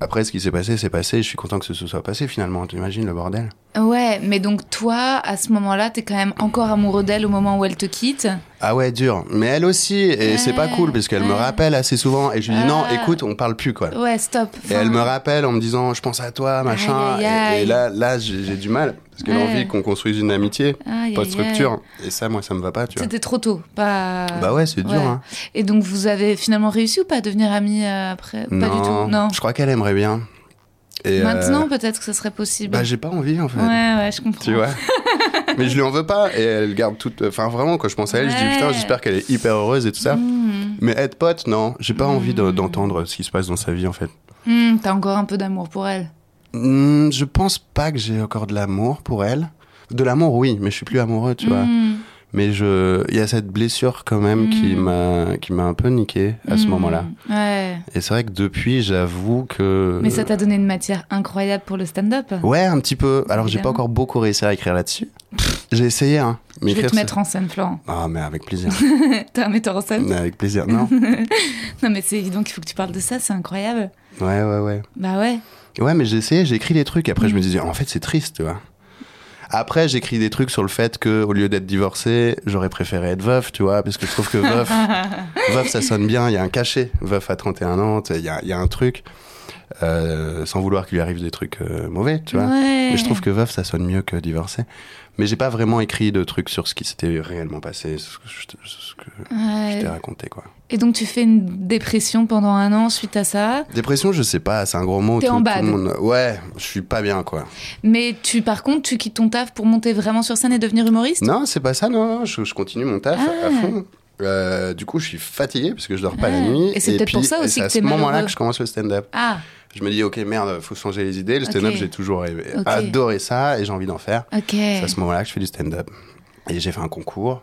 Speaker 3: Après, ce qui s'est passé, c'est passé, et je suis content que ce se soit passé finalement, t'imagines le bordel
Speaker 2: Ouais, mais donc toi, à ce moment-là, t'es quand même encore amoureux d'elle au moment où elle te quitte.
Speaker 3: Ah ouais, dur. Mais elle aussi, et c'est pas
Speaker 2: Ouais,
Speaker 3: cool, parce qu'elle me
Speaker 2: ouais.
Speaker 3: rappelle assez souvent, et je lui dis non,
Speaker 2: Ah.
Speaker 3: écoute, on parle plus, quoi.
Speaker 2: Ouais, stop.
Speaker 3: Et elle me rappelle en me disant, je pense à toi, machin.
Speaker 2: Aïe, aïe,
Speaker 3: et- Et,
Speaker 2: aïe.
Speaker 3: là, là j'ai j'ai du mal, parce qu'elle a
Speaker 2: Ouais.
Speaker 3: envie qu'on construise une amitié,
Speaker 2: Aïe,
Speaker 3: pas
Speaker 2: aïe,
Speaker 3: de structure. Et ça, moi, ça me va pas, tu vois.
Speaker 2: C'était trop tôt, pas.
Speaker 3: Bah ouais, c'est dur, hein.
Speaker 2: Et donc vous avez finalement réussi ou pas à devenir amis euh, après Pas du tout. Non.
Speaker 3: Je crois qu'elle aimerait bien. Et, euh,
Speaker 2: Maintenant peut-être que ce serait possible.
Speaker 3: Bah, j'ai pas envie en fait.
Speaker 2: ouais, ouais, je comprends.
Speaker 3: Tu vois Mais je lui en veux pas et elle garde toute. Enfin, vraiment, quand je pense à elle, je dis
Speaker 2: Ouais.
Speaker 3: putain, j'espère qu'elle est hyper heureuse et tout ça.
Speaker 2: Mmh.
Speaker 3: Mais être pote, non, j'ai pas envie
Speaker 2: Mm.
Speaker 3: de- d'entendre ce qui se passe dans sa vie en fait.
Speaker 2: Mmh, T'as encore un peu d'amour pour elle.
Speaker 3: Hmm, je pense pas que j'ai encore de l'amour pour elle. De l'amour, oui, mais je suis plus amoureux, tu vois.
Speaker 2: Mmh.
Speaker 3: Mais je, il y a cette blessure quand même qui
Speaker 2: Mm.
Speaker 3: m'a, qui m'a un peu niqué à ce
Speaker 2: Hmm,
Speaker 3: moment-là.
Speaker 2: Ouais.
Speaker 3: Et c'est vrai que depuis, j'avoue que.
Speaker 2: Mais ça t'a donné une matière incroyable pour le stand-up.
Speaker 3: Ouais, un petit peu. Alors, j'ai pas
Speaker 2: Évidemment.
Speaker 3: encore beaucoup réussi à écrire là-dessus. J'ai essayé, hein. Mais
Speaker 2: Je vais
Speaker 3: écrire,
Speaker 2: te
Speaker 3: c'est-
Speaker 2: mettre en scène, Florent.
Speaker 3: Ah, mais avec plaisir.
Speaker 2: T'es un metteur en scène
Speaker 3: avec plaisir. Non.
Speaker 2: Non, mais c'est évident qu'il faut que tu parles de ça, c'est incroyable.
Speaker 3: Ouais, ouais, ouais.
Speaker 2: Bah ouais.
Speaker 3: Ouais, mais j'ai essayé, j'ai écrit des trucs. Après, je me disais, en fait, c'est triste, tu vois. Après, j'écris des trucs sur le fait que, au lieu d'être divorcé, j'aurais préféré être veuf, tu vois, parce que je trouve que veuf, veuf, ça sonne bien. Il y a un cachet. Veuf à 31 ans, tu sais, il y a, il y a un truc. euh, sans vouloir qu'il lui arrive des trucs euh, mauvais, tu vois.
Speaker 2: ouais.
Speaker 3: Mais je trouve que veuf, ça sonne mieux que divorcé. Mais j'ai pas vraiment écrit de trucs sur ce qui s'était réellement passé, ce que je, te- ce que je
Speaker 2: Ouais.
Speaker 3: t'ai raconté, quoi.
Speaker 2: Et donc tu fais une dépression pendant un an suite à ça,
Speaker 3: Dépression, je sais pas, c'est un gros mot.
Speaker 2: T'es en bad.
Speaker 3: le monde... Ouais, je suis pas bien, quoi.
Speaker 2: mais tu par contre tu quittes ton taf pour monter vraiment sur scène et devenir humoriste
Speaker 3: Non, c'est pas ça, non, non, je, je continue mon taf
Speaker 2: Ah.
Speaker 3: à fond. Euh, du coup, je suis fatigué parce que je dors pas la
Speaker 2: Ah.
Speaker 3: nuit.
Speaker 2: Et c'est peut-être
Speaker 3: puis,
Speaker 2: pour ça
Speaker 3: et
Speaker 2: aussi
Speaker 3: c'est
Speaker 2: que
Speaker 3: à
Speaker 2: t'es
Speaker 3: ce moment-là
Speaker 2: malheureux.
Speaker 3: que je commence le stand-up.
Speaker 2: Ah,
Speaker 3: Je me dis, ok, merde, faut changer les idées. Le stand-up,
Speaker 2: Ok.
Speaker 3: j'ai toujours rêvé-
Speaker 2: Ok.
Speaker 3: adoré ça et j'ai envie d'en faire.
Speaker 2: ok.
Speaker 3: C'est à ce moment-là que je fais du stand-up. Et j'ai fait un concours.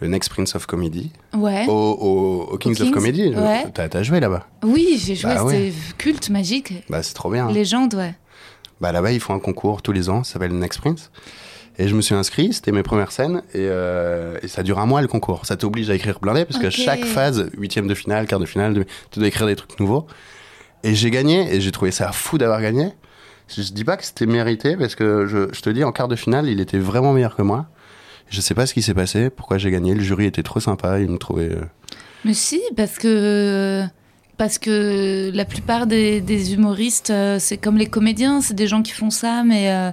Speaker 3: Le Next Prince of Comedy
Speaker 2: ouais.
Speaker 3: au, au- au Kings,
Speaker 2: Eh Kings,
Speaker 3: of Comedy. je-
Speaker 2: ouais.
Speaker 3: T'as t'as joué là-bas
Speaker 2: Oui, j'ai joué,
Speaker 3: Bah
Speaker 2: c'était culte, magique,
Speaker 3: Bah, c'est trop bien. hein.
Speaker 2: légende, ouais.
Speaker 3: Bah là-bas, ils font un concours tous les ans, ça s'appelle Next Prince. Et je me suis inscrit, c'était mes premières scènes, et, euh, et ça dure un mois le concours. Ça t'oblige à écrire blindé, parce que
Speaker 2: Ok.
Speaker 3: chaque phase, huitième de finale, quart de finale, demi- tu dois écrire des trucs nouveaux. Et j'ai gagné, et j'ai trouvé ça fou d'avoir gagné. Je dis pas que c'était mérité, parce que je, je te dis, en quart de finale, il était vraiment meilleur que moi. Je sais pas ce qui s'est passé, pourquoi j'ai gagné, le jury était trop sympa, il me trouvait... euh,
Speaker 2: Mais si, parce que parce que la plupart des, des humoristes, euh, c'est comme les comédiens, c'est des gens qui font ça, mais euh,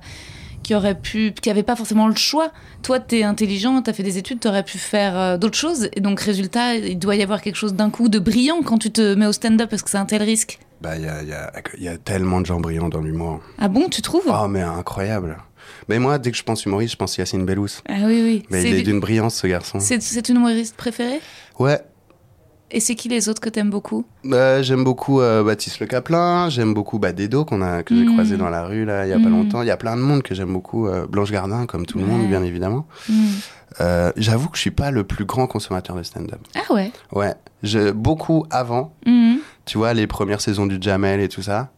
Speaker 2: qui auraient pu, qui n'avaient pas forcément le choix. Toi, t'es intelligent, t'as fait des études, t'aurais pu faire euh, d'autres choses, et donc résultat, il doit y avoir quelque chose d'un coup de brillant quand tu te mets au stand-up parce que c'est un tel risque.
Speaker 3: Bah, il y a, il y a- il y a tellement de gens brillants dans l'humour.
Speaker 2: Ah bon, tu trouves
Speaker 3: Oh, mais incroyable Mais moi, dès que je pense humoriste, je pense Yacine Bellous.
Speaker 2: Ah oui, oui.
Speaker 3: Mais il est
Speaker 2: C'est-
Speaker 3: d'une brillance ce garçon.
Speaker 2: C'est c'est ton humoriste préféré
Speaker 3: Ouais.
Speaker 2: Et c'est qui les autres que t'aimes beaucoup
Speaker 3: Euh, j'aime beaucoup euh, Baptiste Le Caplin, j'aime beaucoup bah, Dedo qu'on a que j'ai
Speaker 2: Mm.
Speaker 3: croisé dans la rue là il y a pas
Speaker 2: Mm.
Speaker 3: longtemps. Il y a plein de monde que j'aime beaucoup. euh, Blanche Gardin comme tout le monde
Speaker 2: Ouais.
Speaker 3: bien évidemment.
Speaker 2: Hmm.
Speaker 3: Euh, J'avoue que je suis pas le plus grand consommateur de stand-up.
Speaker 2: Ah ouais
Speaker 3: Ouais, je beaucoup avant.
Speaker 2: Hmm.
Speaker 3: Tu vois les premières saisons du Jamel et tout ça.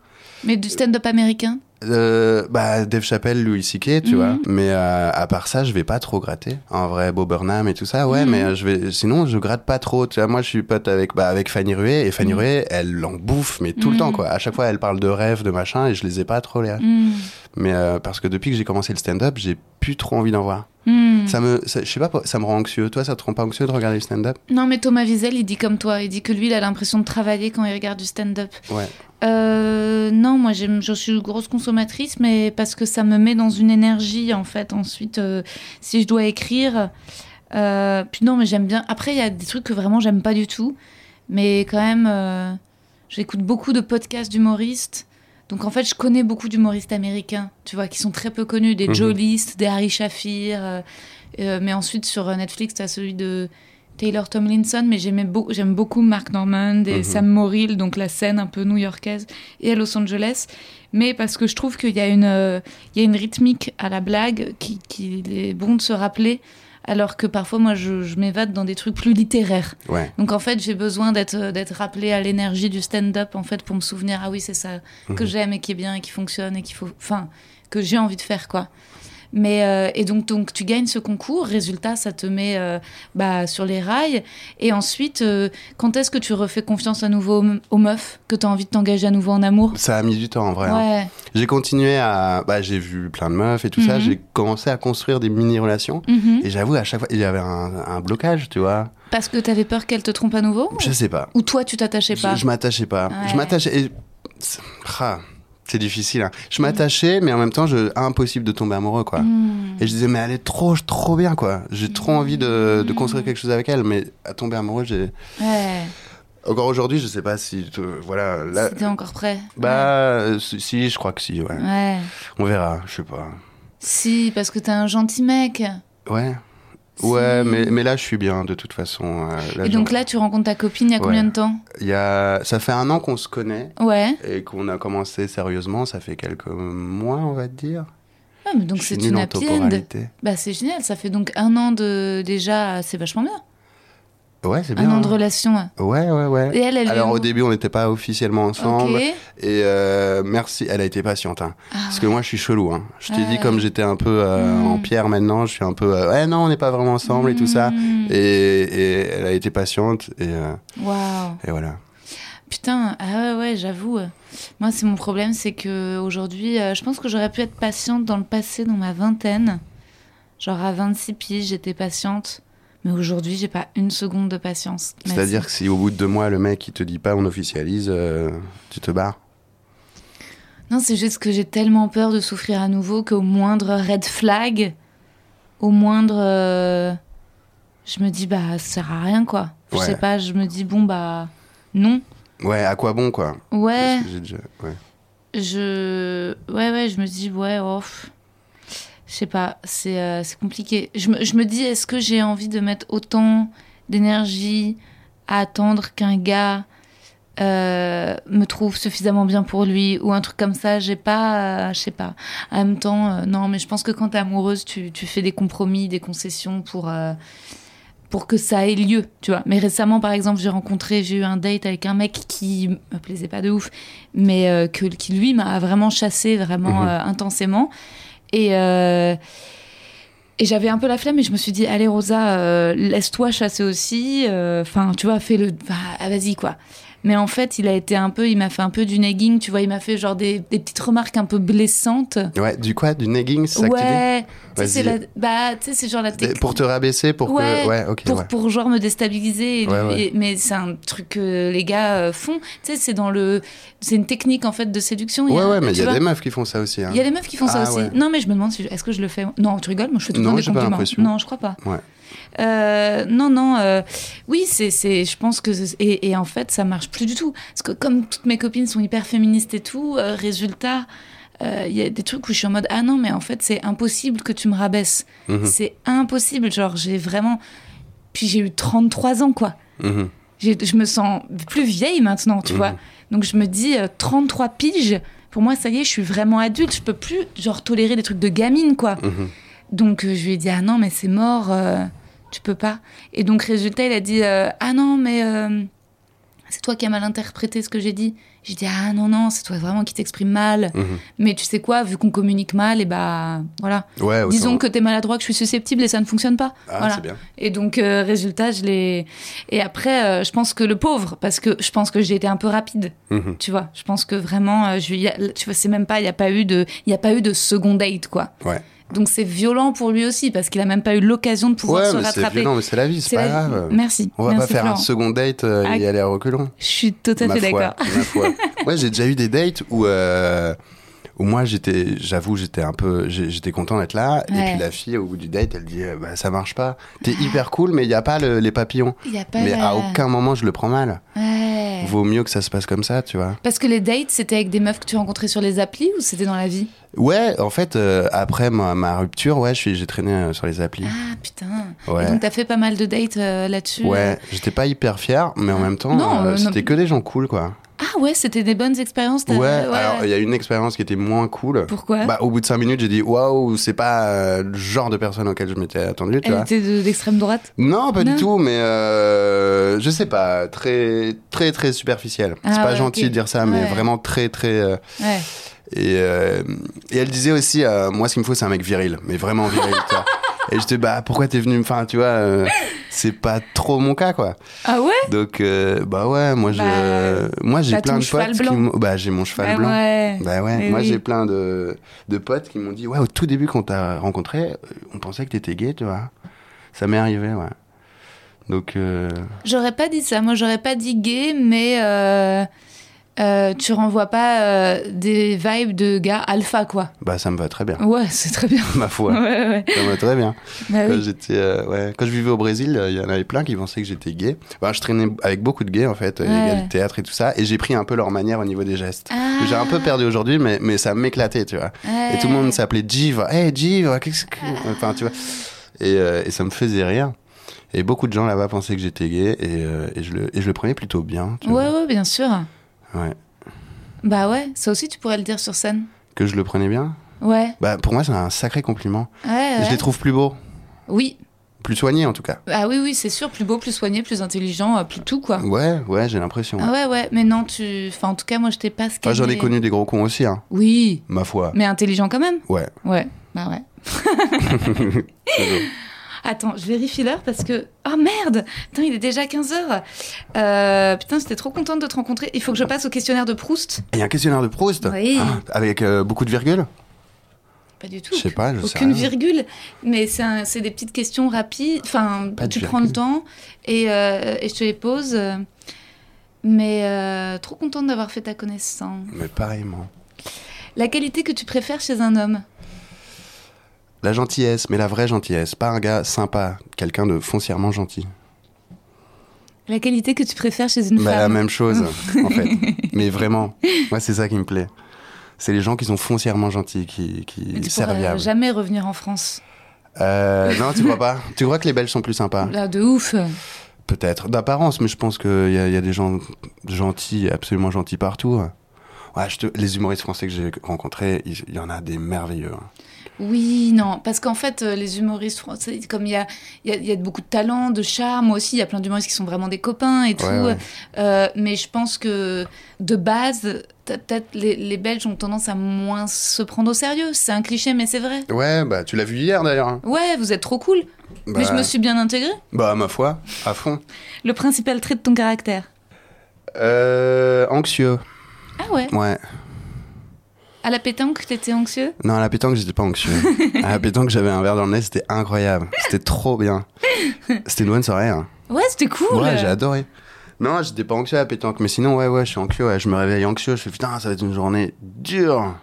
Speaker 2: Mais du stand-up américain
Speaker 3: Euh, bah Dave Chappelle, Louis C.K. tu
Speaker 2: Mm.
Speaker 3: vois. Mais euh, à part ça, je vais pas trop gratter. En vrai, Bob Burnham et tout ça. Ouais,
Speaker 2: Mm.
Speaker 3: mais euh, je vais. Sinon, je gratte pas trop. Tu vois, moi, je suis pote avec bah, avec Fanny Rué et Fanny
Speaker 2: Mm.
Speaker 3: Rué, elle en bouffe, mais tout
Speaker 2: Mm.
Speaker 3: le temps quoi. À chaque fois, elle parle de rêves, de machin, et je les ai pas trop les rêves.
Speaker 2: Hmm.
Speaker 3: Mais euh, parce que depuis que j'ai commencé le stand-up, j'ai plus trop envie d'en voir.
Speaker 2: Hmm.
Speaker 3: Ça me, ça- je sais pas, ça me rend anxieux. Toi, ça te rend pas anxieux de regarder le stand-up
Speaker 2: Non, mais Thomas Wiesel, il dit comme toi. Il dit que lui, il a l'impression de travailler quand il regarde du stand-up.
Speaker 3: Ouais.
Speaker 2: Euh, non, moi, j'aime, je suis une grosse consommatrice, mais parce que ça me met dans une énergie, en fait. Ensuite, euh, si je dois écrire. euh, puis non, mais j'aime bien. Après, il y a des trucs que vraiment, j'aime pas du tout. Mais quand même, euh, j'écoute beaucoup de podcasts d'humoristes. Donc, en fait, je connais beaucoup d'humoristes américains, tu vois, qui sont très peu connus. Des
Speaker 3: Mhm.
Speaker 2: Joe List, des Harry Shafir. euh, euh, mais ensuite, sur euh, Netflix, t'as celui de. Taylor Tomlinson, mais j'aimais beau- j'aime beaucoup Mark Norman et
Speaker 3: Mhm.
Speaker 2: Sam Morrill, donc la scène un peu new-yorkaise, et à Los Angeles. Mais parce que je trouve qu'il y, a une, euh, il y a une rythmique à la blague qui, qui est bon de se rappeler, alors que parfois, moi, je, je m'évade dans des trucs plus littéraires.
Speaker 3: Ouais.
Speaker 2: Donc en fait, j'ai besoin d'être euh, d'être rappelé à l'énergie du stand-up, en fait, pour me souvenir, ah oui, c'est ça que
Speaker 3: Mhm.
Speaker 2: j'aime et qui est bien et qui fonctionne et qu'il faut. Enfin, que j'ai envie de faire, quoi. Mais euh, et donc, donc tu gagnes ce concours, résultat ça te met euh, bah, sur les rails. Et ensuite, euh, quand est-ce que tu refais confiance à nouveau aux, aux meufs, que tu as envie de t'engager à nouveau en amour
Speaker 3: Ça a mis du temps en vrai. hein.
Speaker 2: Ouais.
Speaker 3: J'ai continué à, bah j'ai vu plein de meufs et tout ça.
Speaker 2: Mhm.
Speaker 3: J'ai commencé à construire des mini relations.
Speaker 2: Mhm.
Speaker 3: Et j'avoue, à chaque fois, il y avait un, un blocage, tu vois.
Speaker 2: Parce que t'avais peur qu'elle te trompe à nouveau
Speaker 3: Je sais pas.
Speaker 2: Ou toi tu t'attachais
Speaker 3: Je-
Speaker 2: Oh. pas
Speaker 3: Je, m'attachais pas.
Speaker 2: Ouais.
Speaker 3: Je m'attachais. et- c'est- ah, C'est difficile. hein.
Speaker 2: Hmm.
Speaker 3: Je m'attachais, mais en même temps, je, impossible de tomber amoureux, quoi.
Speaker 2: Hmm,
Speaker 3: Et je disais, mais elle est trop, trop bien, quoi. J'ai trop envie de,
Speaker 2: Hmm.
Speaker 3: de construire quelque chose avec elle, mais à tomber amoureux, j'ai.
Speaker 2: Ouais,
Speaker 3: Encore aujourd'hui, je sais pas si. euh, voilà. Là,
Speaker 2: si t'es encore prêt.
Speaker 3: bah, euh, si, si, je crois que si, ouais.
Speaker 2: Ouais.
Speaker 3: On verra, je sais pas.
Speaker 2: Si, parce que t'es un gentil mec.
Speaker 3: Ouais. Ouais, mais, mais là, je suis bien, de toute façon. euh, là,
Speaker 2: Et donc
Speaker 3: j'en-
Speaker 2: là, tu rencontres ta copine il y a
Speaker 3: Ouais.
Speaker 2: combien de temps
Speaker 3: Il y a... Ça fait un an qu'on se connaît
Speaker 2: Ouais.
Speaker 3: et qu'on a commencé sérieusement, ça fait quelques mois, on va dire.
Speaker 2: Ouais, mais donc
Speaker 3: Je suis
Speaker 2: c'est
Speaker 3: nul
Speaker 2: une
Speaker 3: en
Speaker 2: happy end.
Speaker 3: temporalité.
Speaker 2: Bah c'est génial, ça fait donc un an de déjà, c'est vachement bien.
Speaker 3: Ouais, c'est
Speaker 2: un
Speaker 3: bien.
Speaker 2: an de
Speaker 3: hein.
Speaker 2: relation. ouais.
Speaker 3: Ouais, ouais, ouais.
Speaker 2: Et elle, elle est
Speaker 3: Alors
Speaker 2: où
Speaker 3: au début, on n'était pas officiellement ensemble.
Speaker 2: Ok. Ah
Speaker 3: Et euh, merci, elle a été patiente. hein. Parce que moi, je suis chelou. Hein. Je t'ai
Speaker 2: Ouais. Hmm.
Speaker 3: dit, comme j'étais un peu euh, en pierre maintenant, je suis un peu... euh, ouais, non, on n'est pas vraiment ensemble et tout ça.
Speaker 2: Hmm.
Speaker 3: Et, et elle a été patiente. Et, euh,
Speaker 2: Waouh.
Speaker 3: et voilà.
Speaker 2: Putain, ah ouais, ouais, j'avoue. Moi, c'est mon problème, c'est que aujourd'hui, euh, je pense que j'aurais pu être patiente dans le passé, dans ma vingtaine. Genre à 26 piges, j'étais patiente. Mais aujourd'hui, j'ai pas une seconde de patience. Merci.
Speaker 3: C'est-à-dire que si au bout de deux mois, le mec, il te dit pas, on officialise, euh, tu te barres.
Speaker 2: Non, c'est juste que j'ai tellement peur de souffrir à nouveau qu'au moindre red flag, au moindre. euh, je me dis, bah, ça sert à rien, quoi. Je
Speaker 3: Ouais.
Speaker 2: sais pas, je me dis, bon, bah, non.
Speaker 3: Ouais, à quoi bon, quoi
Speaker 2: Ouais,
Speaker 3: Parce que j'ai déjà- ouais.
Speaker 2: je. Ouais, ouais, je me dis, ouais, oh. pff. Je sais pas, c'est euh, c'est compliqué. Je me, je me dis, est-ce que j'ai envie de mettre autant d'énergie à attendre qu'un gars euh, me trouve suffisamment bien pour lui ou un truc comme ça J'ai pas, euh, je sais pas. En même temps, euh, non, mais je pense que quand t'es amoureuse, tu, tu fais des compromis, des concessions pour. euh, pour que ça ait lieu, tu vois. Mais récemment, par exemple, j'ai rencontré, j'ai eu un date avec un mec qui me plaisait pas de ouf, mais euh, que, qui lui m'a vraiment chassé vraiment
Speaker 3: Mhm.
Speaker 2: euh, intensément. Et, euh, et j'avais un peu la flemme, mais je me suis dit, allez Rosa, euh, laisse-toi chasser aussi. euh, Enfin, tu vois, fais le, bah, ah, vas-y quoi. Mais en fait, il a été un peu, il m'a fait un peu du nagging, tu vois, il m'a fait genre des, des petites remarques un peu blessantes.
Speaker 3: Ouais, du quoi Du nagging, c'est ça que tu dis
Speaker 2: ouais, tu sais, c'est la,
Speaker 3: Vas-y.
Speaker 2: bah, tu sais, c'est genre la
Speaker 3: Des-
Speaker 2: technique
Speaker 3: Pour te rabaisser, pour
Speaker 2: ouais,
Speaker 3: que... Ouais, ok,
Speaker 2: pour,
Speaker 3: ouais.
Speaker 2: pour genre me déstabiliser. et-
Speaker 3: Ouais, ouais.
Speaker 2: et- mais c'est un truc que les gars euh, font. Tu sais, c'est dans le, c'est une technique en fait de séduction. Il y
Speaker 3: Ouais,
Speaker 2: a-
Speaker 3: ouais, mais
Speaker 2: tu
Speaker 3: il y a
Speaker 2: vois,
Speaker 3: des meufs qui font ça aussi. hein.
Speaker 2: Il y a des meufs qui font ça
Speaker 3: Ah,
Speaker 2: aussi.
Speaker 3: ouais.
Speaker 2: Non, mais je me demande, si je- est-ce que je le fais Non, tu rigoles, moi je fais tout le
Speaker 3: Non,
Speaker 2: temps des
Speaker 3: j'ai pas
Speaker 2: compliments.
Speaker 3: l'impression.
Speaker 2: non, je crois pas.
Speaker 3: Ouais.
Speaker 2: Euh, non, non. euh, oui, c'est, c'est, je pense que. c'est- Et, et en fait, ça marche plus du tout. Parce que comme toutes mes copines sont hyper féministes et tout, euh, résultat, euh, il y a des trucs où je suis en mode Ah non, mais en fait, c'est impossible que tu me rabaisses. C'est impossible. Genre, j'ai vraiment. Puis j'ai eu 33 ans, quoi.
Speaker 3: Mhm.
Speaker 2: J'ai- Je me sens plus vieille maintenant, tu vois. Donc je me dis euh, 33 piges, pour moi ça y est, je suis vraiment adulte, je peux plus genre tolérer des trucs de gamine quoi. Donc euh, je lui ai dit ah non mais c'est mort, euh, tu peux pas. Et donc résultat il a dit euh, ah non mais euh, c'est toi qui as mal interprété ce que j'ai dit. J'ai dit ah non non c'est toi vraiment qui t'exprimes mal.
Speaker 3: Mhm.
Speaker 2: Mais tu sais quoi vu qu'on communique mal et bah voilà.
Speaker 3: Ouais, autant-
Speaker 2: Disons que t'es maladroit, que je suis susceptible et ça ne fonctionne pas.
Speaker 3: Ah,
Speaker 2: voilà.
Speaker 3: c'est bien.
Speaker 2: Et donc, euh, résultat, je l'ai. Et après, euh, je pense que le pauvre, parce que je pense que j'ai été un peu rapide.
Speaker 3: Mhm.
Speaker 2: Tu vois, je pense que vraiment, euh, je lui- y a- tu vois, c'est même pas, il n'y a pas eu de, il y a pas eu de second date, quoi.
Speaker 3: Ouais.
Speaker 2: Donc c'est violent pour lui aussi, parce qu'il a même pas eu l'occasion de pouvoir
Speaker 3: Ouais,
Speaker 2: se
Speaker 3: mais c'est
Speaker 2: rattraper.
Speaker 3: violent, mais c'est la vie, c'est
Speaker 2: la
Speaker 3: pas
Speaker 2: vie.
Speaker 3: grave.
Speaker 2: Merci.
Speaker 3: On va
Speaker 2: Merci,
Speaker 3: pas faire un
Speaker 2: Florent.
Speaker 3: second date euh,
Speaker 2: Ah,
Speaker 3: et aller à reculons.
Speaker 2: Je suis tout à
Speaker 3: Ma
Speaker 2: fait
Speaker 3: foi,
Speaker 2: d'accord.
Speaker 3: ma foi. Ouais, j'ai déjà eu des dates où, euh, où moi, j'étais, j'avoue, j'étais un peu, j'ai- j'étais content d'être là.
Speaker 2: Ouais.
Speaker 3: Et puis la fille, au bout du date, elle dit, euh, bah, ça marche pas. T'es hyper cool, mais il n'y a pas le- les papillons.
Speaker 2: Il y a pas.
Speaker 3: Mais à
Speaker 2: la-
Speaker 3: aucun moment, je le prends mal.
Speaker 2: Ouais.
Speaker 3: Vaut mieux que ça se passe comme ça, tu vois.
Speaker 2: Parce que les dates, c'était avec des meufs que tu rencontrais sur les applis ou c'était dans la vie
Speaker 3: Ouais, en fait, euh, après ma, ma rupture, ouais, je suis- j'ai traîné euh, sur les applis.
Speaker 2: Ah putain.
Speaker 3: Ouais.
Speaker 2: Et donc t'as fait pas mal de dates euh, là-dessus. euh,
Speaker 3: Ouais, j'étais pas hyper fier, mais en même temps,
Speaker 2: Non,
Speaker 3: euh,
Speaker 2: euh, non.
Speaker 3: c'était que des gens cool, quoi.
Speaker 2: Ah ouais, c'était des bonnes expériences. t'as-
Speaker 3: Ouais, alors il y a une expérience qui était moins cool.
Speaker 2: Pourquoi
Speaker 3: bah, Au bout de 5 minutes, j'ai dit waouh, c'est pas euh, le genre de personne auquel je m'étais attendu, tu
Speaker 2: Elle
Speaker 3: vois.
Speaker 2: était de- d'extrême droite.
Speaker 3: Non, pas
Speaker 2: Non.
Speaker 3: du tout, mais euh, je sais pas, très très très superficiel.
Speaker 2: Ah,
Speaker 3: c'est pas
Speaker 2: ouais,
Speaker 3: gentil
Speaker 2: ok.
Speaker 3: de dire ça, mais
Speaker 2: Ouais.
Speaker 3: vraiment très très. euh,
Speaker 2: Ouais.
Speaker 3: et, euh, et elle disait aussi, euh, moi ce qu'il me faut, c'est un mec viril, mais vraiment viril, tu vois. Et j'étais bah pourquoi t'es venu, enfin tu vois, euh, c'est pas trop mon cas quoi.
Speaker 2: Ah ouais
Speaker 3: Donc euh, bah ouais, moi je,
Speaker 2: Bah,
Speaker 3: moi j'ai
Speaker 2: t'as ton
Speaker 3: plein de
Speaker 2: cheval
Speaker 3: potes qui
Speaker 2: blanc.
Speaker 3: m'ont- bah j'ai mon cheval
Speaker 2: Bah
Speaker 3: blanc.
Speaker 2: ouais.
Speaker 3: Bah ouais,
Speaker 2: Mais
Speaker 3: moi
Speaker 2: oui.
Speaker 3: j'ai plein de, de potes qui m'ont dit Ouais, au tout début quand t'as rencontré, euh, on pensait que t'étais gay, tu vois. Ça m'est arrivé, ouais. Donc, euh,
Speaker 2: J'aurais pas dit ça. Moi, j'aurais pas dit gay, mais euh, euh, tu renvoies pas euh, des vibes de gars alpha, quoi.
Speaker 3: Bah, ça me va très bien.
Speaker 2: Ouais, c'est très bien.
Speaker 3: Ma foi.
Speaker 2: Ouais, ouais.
Speaker 3: Ça me va très bien.
Speaker 2: Bah
Speaker 3: Quand,
Speaker 2: oui.
Speaker 3: j'étais, euh, ouais, quand je vivais au Brésil, euh, il y en avait plein qui pensaient que j'étais gay. Bah, je traînais avec beaucoup de gays, en fait, euh, les
Speaker 2: Ouais.
Speaker 3: gars du théâtre et tout ça. Et j'ai pris un peu leur manière au niveau des gestes.
Speaker 2: Ah.
Speaker 3: Que J'ai un peu perdu aujourd'hui, mais, mais ça m'éclatait, tu vois. Et tout le monde s'appelait Jive. Hey, Jive, qu'est-ce que. Enfin, tu vois. Et, euh, et ça me faisait rire. Et beaucoup de gens là-bas pensaient que j'étais gay. Et, euh, et je, le, et je le prenais plutôt bien. Tu
Speaker 2: Ouais, ouais, bien sûr.
Speaker 3: vois. Ouais.
Speaker 2: Bah ouais, ça aussi, tu pourrais le dire sur scène.
Speaker 3: Que je le prenais bien
Speaker 2: Ouais,
Speaker 3: bah, Pour moi, c'est un sacré compliment.
Speaker 2: ouais,
Speaker 3: Et Je
Speaker 2: Ah ouais.
Speaker 3: les trouve plus beaux.
Speaker 2: Oui.
Speaker 3: Plus soignés, en tout cas.
Speaker 2: Ah oui, oui, c'est sûr, plus beau, plus soigné, plus intelligent, euh, plus tout, quoi.
Speaker 3: Ouais, ouais, j'ai l'impression.
Speaker 2: Ah ouais, ouais, mais non, tu. Enfin, en tout cas, moi, je t'ai pas
Speaker 3: Enfin,
Speaker 2: scanné.
Speaker 3: Ah, j'en ai connu des gros cons aussi, hein,
Speaker 2: Oui,
Speaker 3: ma foi.
Speaker 2: mais intelligent quand même.
Speaker 3: Ouais.
Speaker 2: Ouais, bah ouais. Attends, je vérifie l'heure parce que. Oh merde Putain, il est déjà 15h Putain, j'étais trop contente de te rencontrer. Il faut que je passe au questionnaire de Proust.
Speaker 3: Il y a un questionnaire de Proust
Speaker 2: Oui.
Speaker 3: Ah, Avec euh, beaucoup de virgules
Speaker 2: Pas du tout.
Speaker 3: Je sais pas, je sais
Speaker 2: Aucune
Speaker 3: rien.
Speaker 2: virgule, mais c'est un- c'est des petites questions rapides. Enfin,
Speaker 3: Pas de
Speaker 2: tu
Speaker 3: virgule.
Speaker 2: prends le temps et, euh, et je te les pose. euh, Mais euh, trop contente d'avoir fait ta connaissance.
Speaker 3: Mais pareillement.
Speaker 2: La qualité que tu préfères chez un homme
Speaker 3: La gentillesse, mais la vraie gentillesse. Pas un gars sympa, quelqu'un de foncièrement gentil.
Speaker 2: La qualité que tu préfères chez une
Speaker 3: Bah, la
Speaker 2: femme
Speaker 3: même chose, en fait. Mais vraiment, moi, c'est ça qui me plaît. C'est les gens qui sont foncièrement gentils, qui,
Speaker 2: Mais
Speaker 3: qui
Speaker 2: tu euh, pourras
Speaker 3: serviables.
Speaker 2: jamais revenir en France.
Speaker 3: Euh, non, tu crois pas Tu crois que les Belges sont plus sympas
Speaker 2: Là, de ouf.
Speaker 3: Peut-être. D'apparence, mais je pense qu'il y, a- il y a des gens gentils, absolument gentils partout. Ouais, je te- Les humoristes français que j'ai rencontrés, il il y en a des merveilleux. hein.
Speaker 2: Oui, non, parce qu'en fait, euh, les humoristes français, comme il y a, il y, a- il y a beaucoup de talent, de charme aussi, il y a plein d'humoristes qui sont vraiment des copains et tout.
Speaker 3: ouais.
Speaker 2: Euh, mais je pense que de base, t'as- peut-être les, les Belges ont tendance à moins se prendre au sérieux. C'est un cliché, mais c'est vrai.
Speaker 3: Ouais, bah tu l'as vu hier d'ailleurs. hein.
Speaker 2: Ouais, vous êtes trop cool.
Speaker 3: Bah,
Speaker 2: Mais je me suis bien intégrée.
Speaker 3: Bah ma foi, à fond.
Speaker 2: Le principal trait de ton caractère.
Speaker 3: Euh, anxieux.
Speaker 2: Ah ouais
Speaker 3: Ouais.
Speaker 2: À la pétanque, t'étais anxieux
Speaker 3: Non, à la pétanque, j'étais pas anxieux. à la pétanque, j'avais un verre dans le nez, c'était incroyable. C'était trop bien. C'était une bonne soirée. hein.
Speaker 2: Ouais, c'était cool.
Speaker 3: Ouais, j'ai adoré. Non, j'étais pas anxieux à la pétanque, mais sinon, ouais, ouais, je suis anxieux, ouais, je me réveille anxieux, je fais putain, ça va être une journée dure.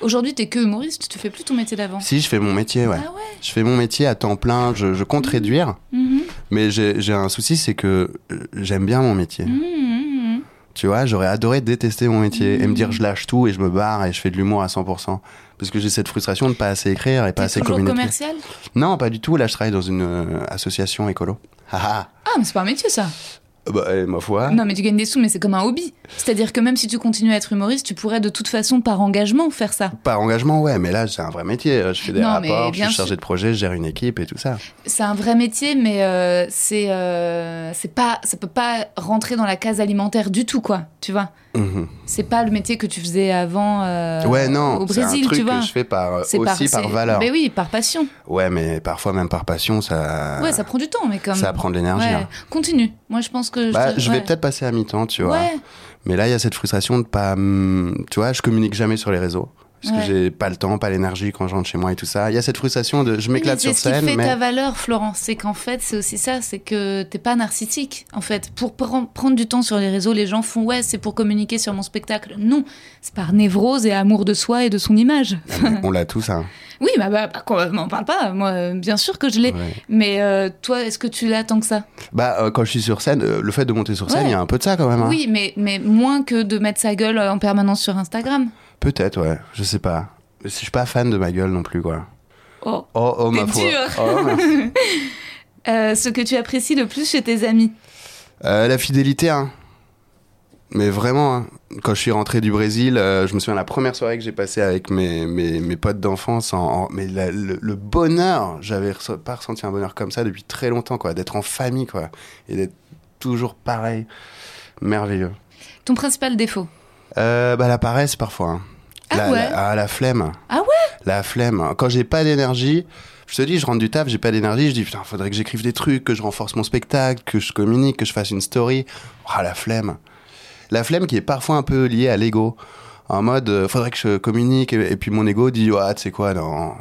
Speaker 2: Aujourd'hui, t'es que humoriste, tu fais plus ton métier d'avant.
Speaker 3: Si, je fais mon métier, ouais.
Speaker 2: Ah ouais
Speaker 3: Je fais mon métier à temps plein, je, je
Speaker 2: Mmh.
Speaker 3: compte réduire,
Speaker 2: Mhm.
Speaker 3: mais j'ai j'ai un souci, c'est que euh, j'aime bien mon métier.
Speaker 2: Mhm.
Speaker 3: Tu vois, j'aurais adoré détester mon métier et me
Speaker 2: Mmh.
Speaker 3: dire je lâche tout et je me barre et je fais de l'humour à 100%. Parce que j'ai cette frustration de pas assez écrire et pas
Speaker 2: T'es
Speaker 3: assez
Speaker 2: toujours
Speaker 3: communiquer.
Speaker 2: commercial
Speaker 3: Non, pas du tout. Là, je travaille dans une euh, association écolo. Ah
Speaker 2: Ah, mais c'est pas un métier ça.
Speaker 3: ah Bah, eh, ma foi.
Speaker 2: Non, mais tu gagnes des sous, mais c'est comme un hobby. C'est-à-dire que même si tu continues à être humoriste, tu pourrais de toute façon, par engagement, faire ça.
Speaker 3: Par engagement, ouais, mais là, c'est un vrai métier. Je fais des
Speaker 2: Non, mais
Speaker 3: rapports, je
Speaker 2: bien
Speaker 3: suis
Speaker 2: sûr.
Speaker 3: chargé de projet, je gère une équipe et tout ça.
Speaker 2: C'est un vrai métier, mais euh, c'est euh, c'est pas ça peut pas rentrer dans la case alimentaire du tout, quoi. Tu vois,
Speaker 3: Mhm.
Speaker 2: c'est pas le métier que tu faisais avant. euh,
Speaker 3: ouais, non,
Speaker 2: Au
Speaker 3: c'est un
Speaker 2: Brésil,
Speaker 3: truc
Speaker 2: tu vois.
Speaker 3: que je fais par, euh,
Speaker 2: C'est
Speaker 3: aussi par,
Speaker 2: c'est-
Speaker 3: valeur.
Speaker 2: Mais oui, par passion.
Speaker 3: Ouais, mais parfois même par passion, ça,
Speaker 2: Ouais, ça prend du temps, mais comme.
Speaker 3: Ah. ça prend de l'énergie.
Speaker 2: Ouais.
Speaker 3: hein.
Speaker 2: Continue. Moi, je pense que.
Speaker 3: Bah,
Speaker 2: te-
Speaker 3: je
Speaker 2: ouais.
Speaker 3: vais peut-être passer à mi-temps, tu vois.
Speaker 2: Ouais.
Speaker 3: Mais là, il y a cette frustration de pas. hum, Tu vois, je communique jamais sur les réseaux. Parce
Speaker 2: Ouais.
Speaker 3: que j'ai pas le temps, pas l'énergie quand je rentre chez moi et tout ça. Il y a cette frustration de je m'éclate
Speaker 2: Oui, mais
Speaker 3: sur scène,
Speaker 2: C'est ce qui fait
Speaker 3: mais.
Speaker 2: ta valeur, Florence. C'est qu'en fait, c'est aussi ça. C'est que t'es pas narcissique, en fait. Pour pren- prendre du temps sur les réseaux, les gens font ouais, c'est pour communiquer sur mon spectacle. Non, c'est par névrose et amour de soi et de son image.
Speaker 3: On l'a tous, hein.
Speaker 2: Oui, bah, bah, bah, qu'on m'en parle pas. Moi, euh, bien sûr que je l'ai.
Speaker 3: Ouais.
Speaker 2: Mais euh, toi, est-ce que tu l'as tant que ça
Speaker 3: Bah, euh, quand je suis sur scène, euh, le fait de monter sur scène, il
Speaker 2: Ouais.
Speaker 3: y a un peu de ça quand même. hein.
Speaker 2: Oui, mais, mais moins que de mettre sa gueule euh, en permanence sur Instagram.
Speaker 3: Peut-être, ouais. Je sais pas. Je suis pas fan de ma gueule non plus, quoi.
Speaker 2: Oh.
Speaker 3: Oh, oh, ma
Speaker 2: T'es
Speaker 3: foi.
Speaker 2: dur.
Speaker 3: Oh, ma-
Speaker 2: Euh, ce que tu apprécies le plus chez tes amis.
Speaker 3: Euh, la fidélité, hein. Mais vraiment, hein. quand je suis rentré du Brésil, euh, je me souviens la première soirée que j'ai passée avec mes, mes, mes potes d'enfance. En, en- mais la- le, le bonheur, j'avais reso- pas ressenti un bonheur comme ça depuis très longtemps, quoi. D'être en famille, quoi. Et d'être toujours pareil. Merveilleux.
Speaker 2: Ton principal défaut.
Speaker 3: Euh, bah, la paresse parfois. hein.
Speaker 2: Ah
Speaker 3: la,
Speaker 2: ouais
Speaker 3: la- ah, la flemme.
Speaker 2: Ah ouais
Speaker 3: La flemme. Quand j'ai pas d'énergie, je te dis, je rentre du taf, j'ai pas d'énergie, je dis, putain, faudrait que j'écrive des trucs, que je renforce mon spectacle, que je communique, que je fasse une story. Ah, la flemme. La flemme qui est parfois un peu liée à l'ego. En mode, euh, faudrait que je communique, et, et puis mon ego dit, ah, tu sais quoi, non.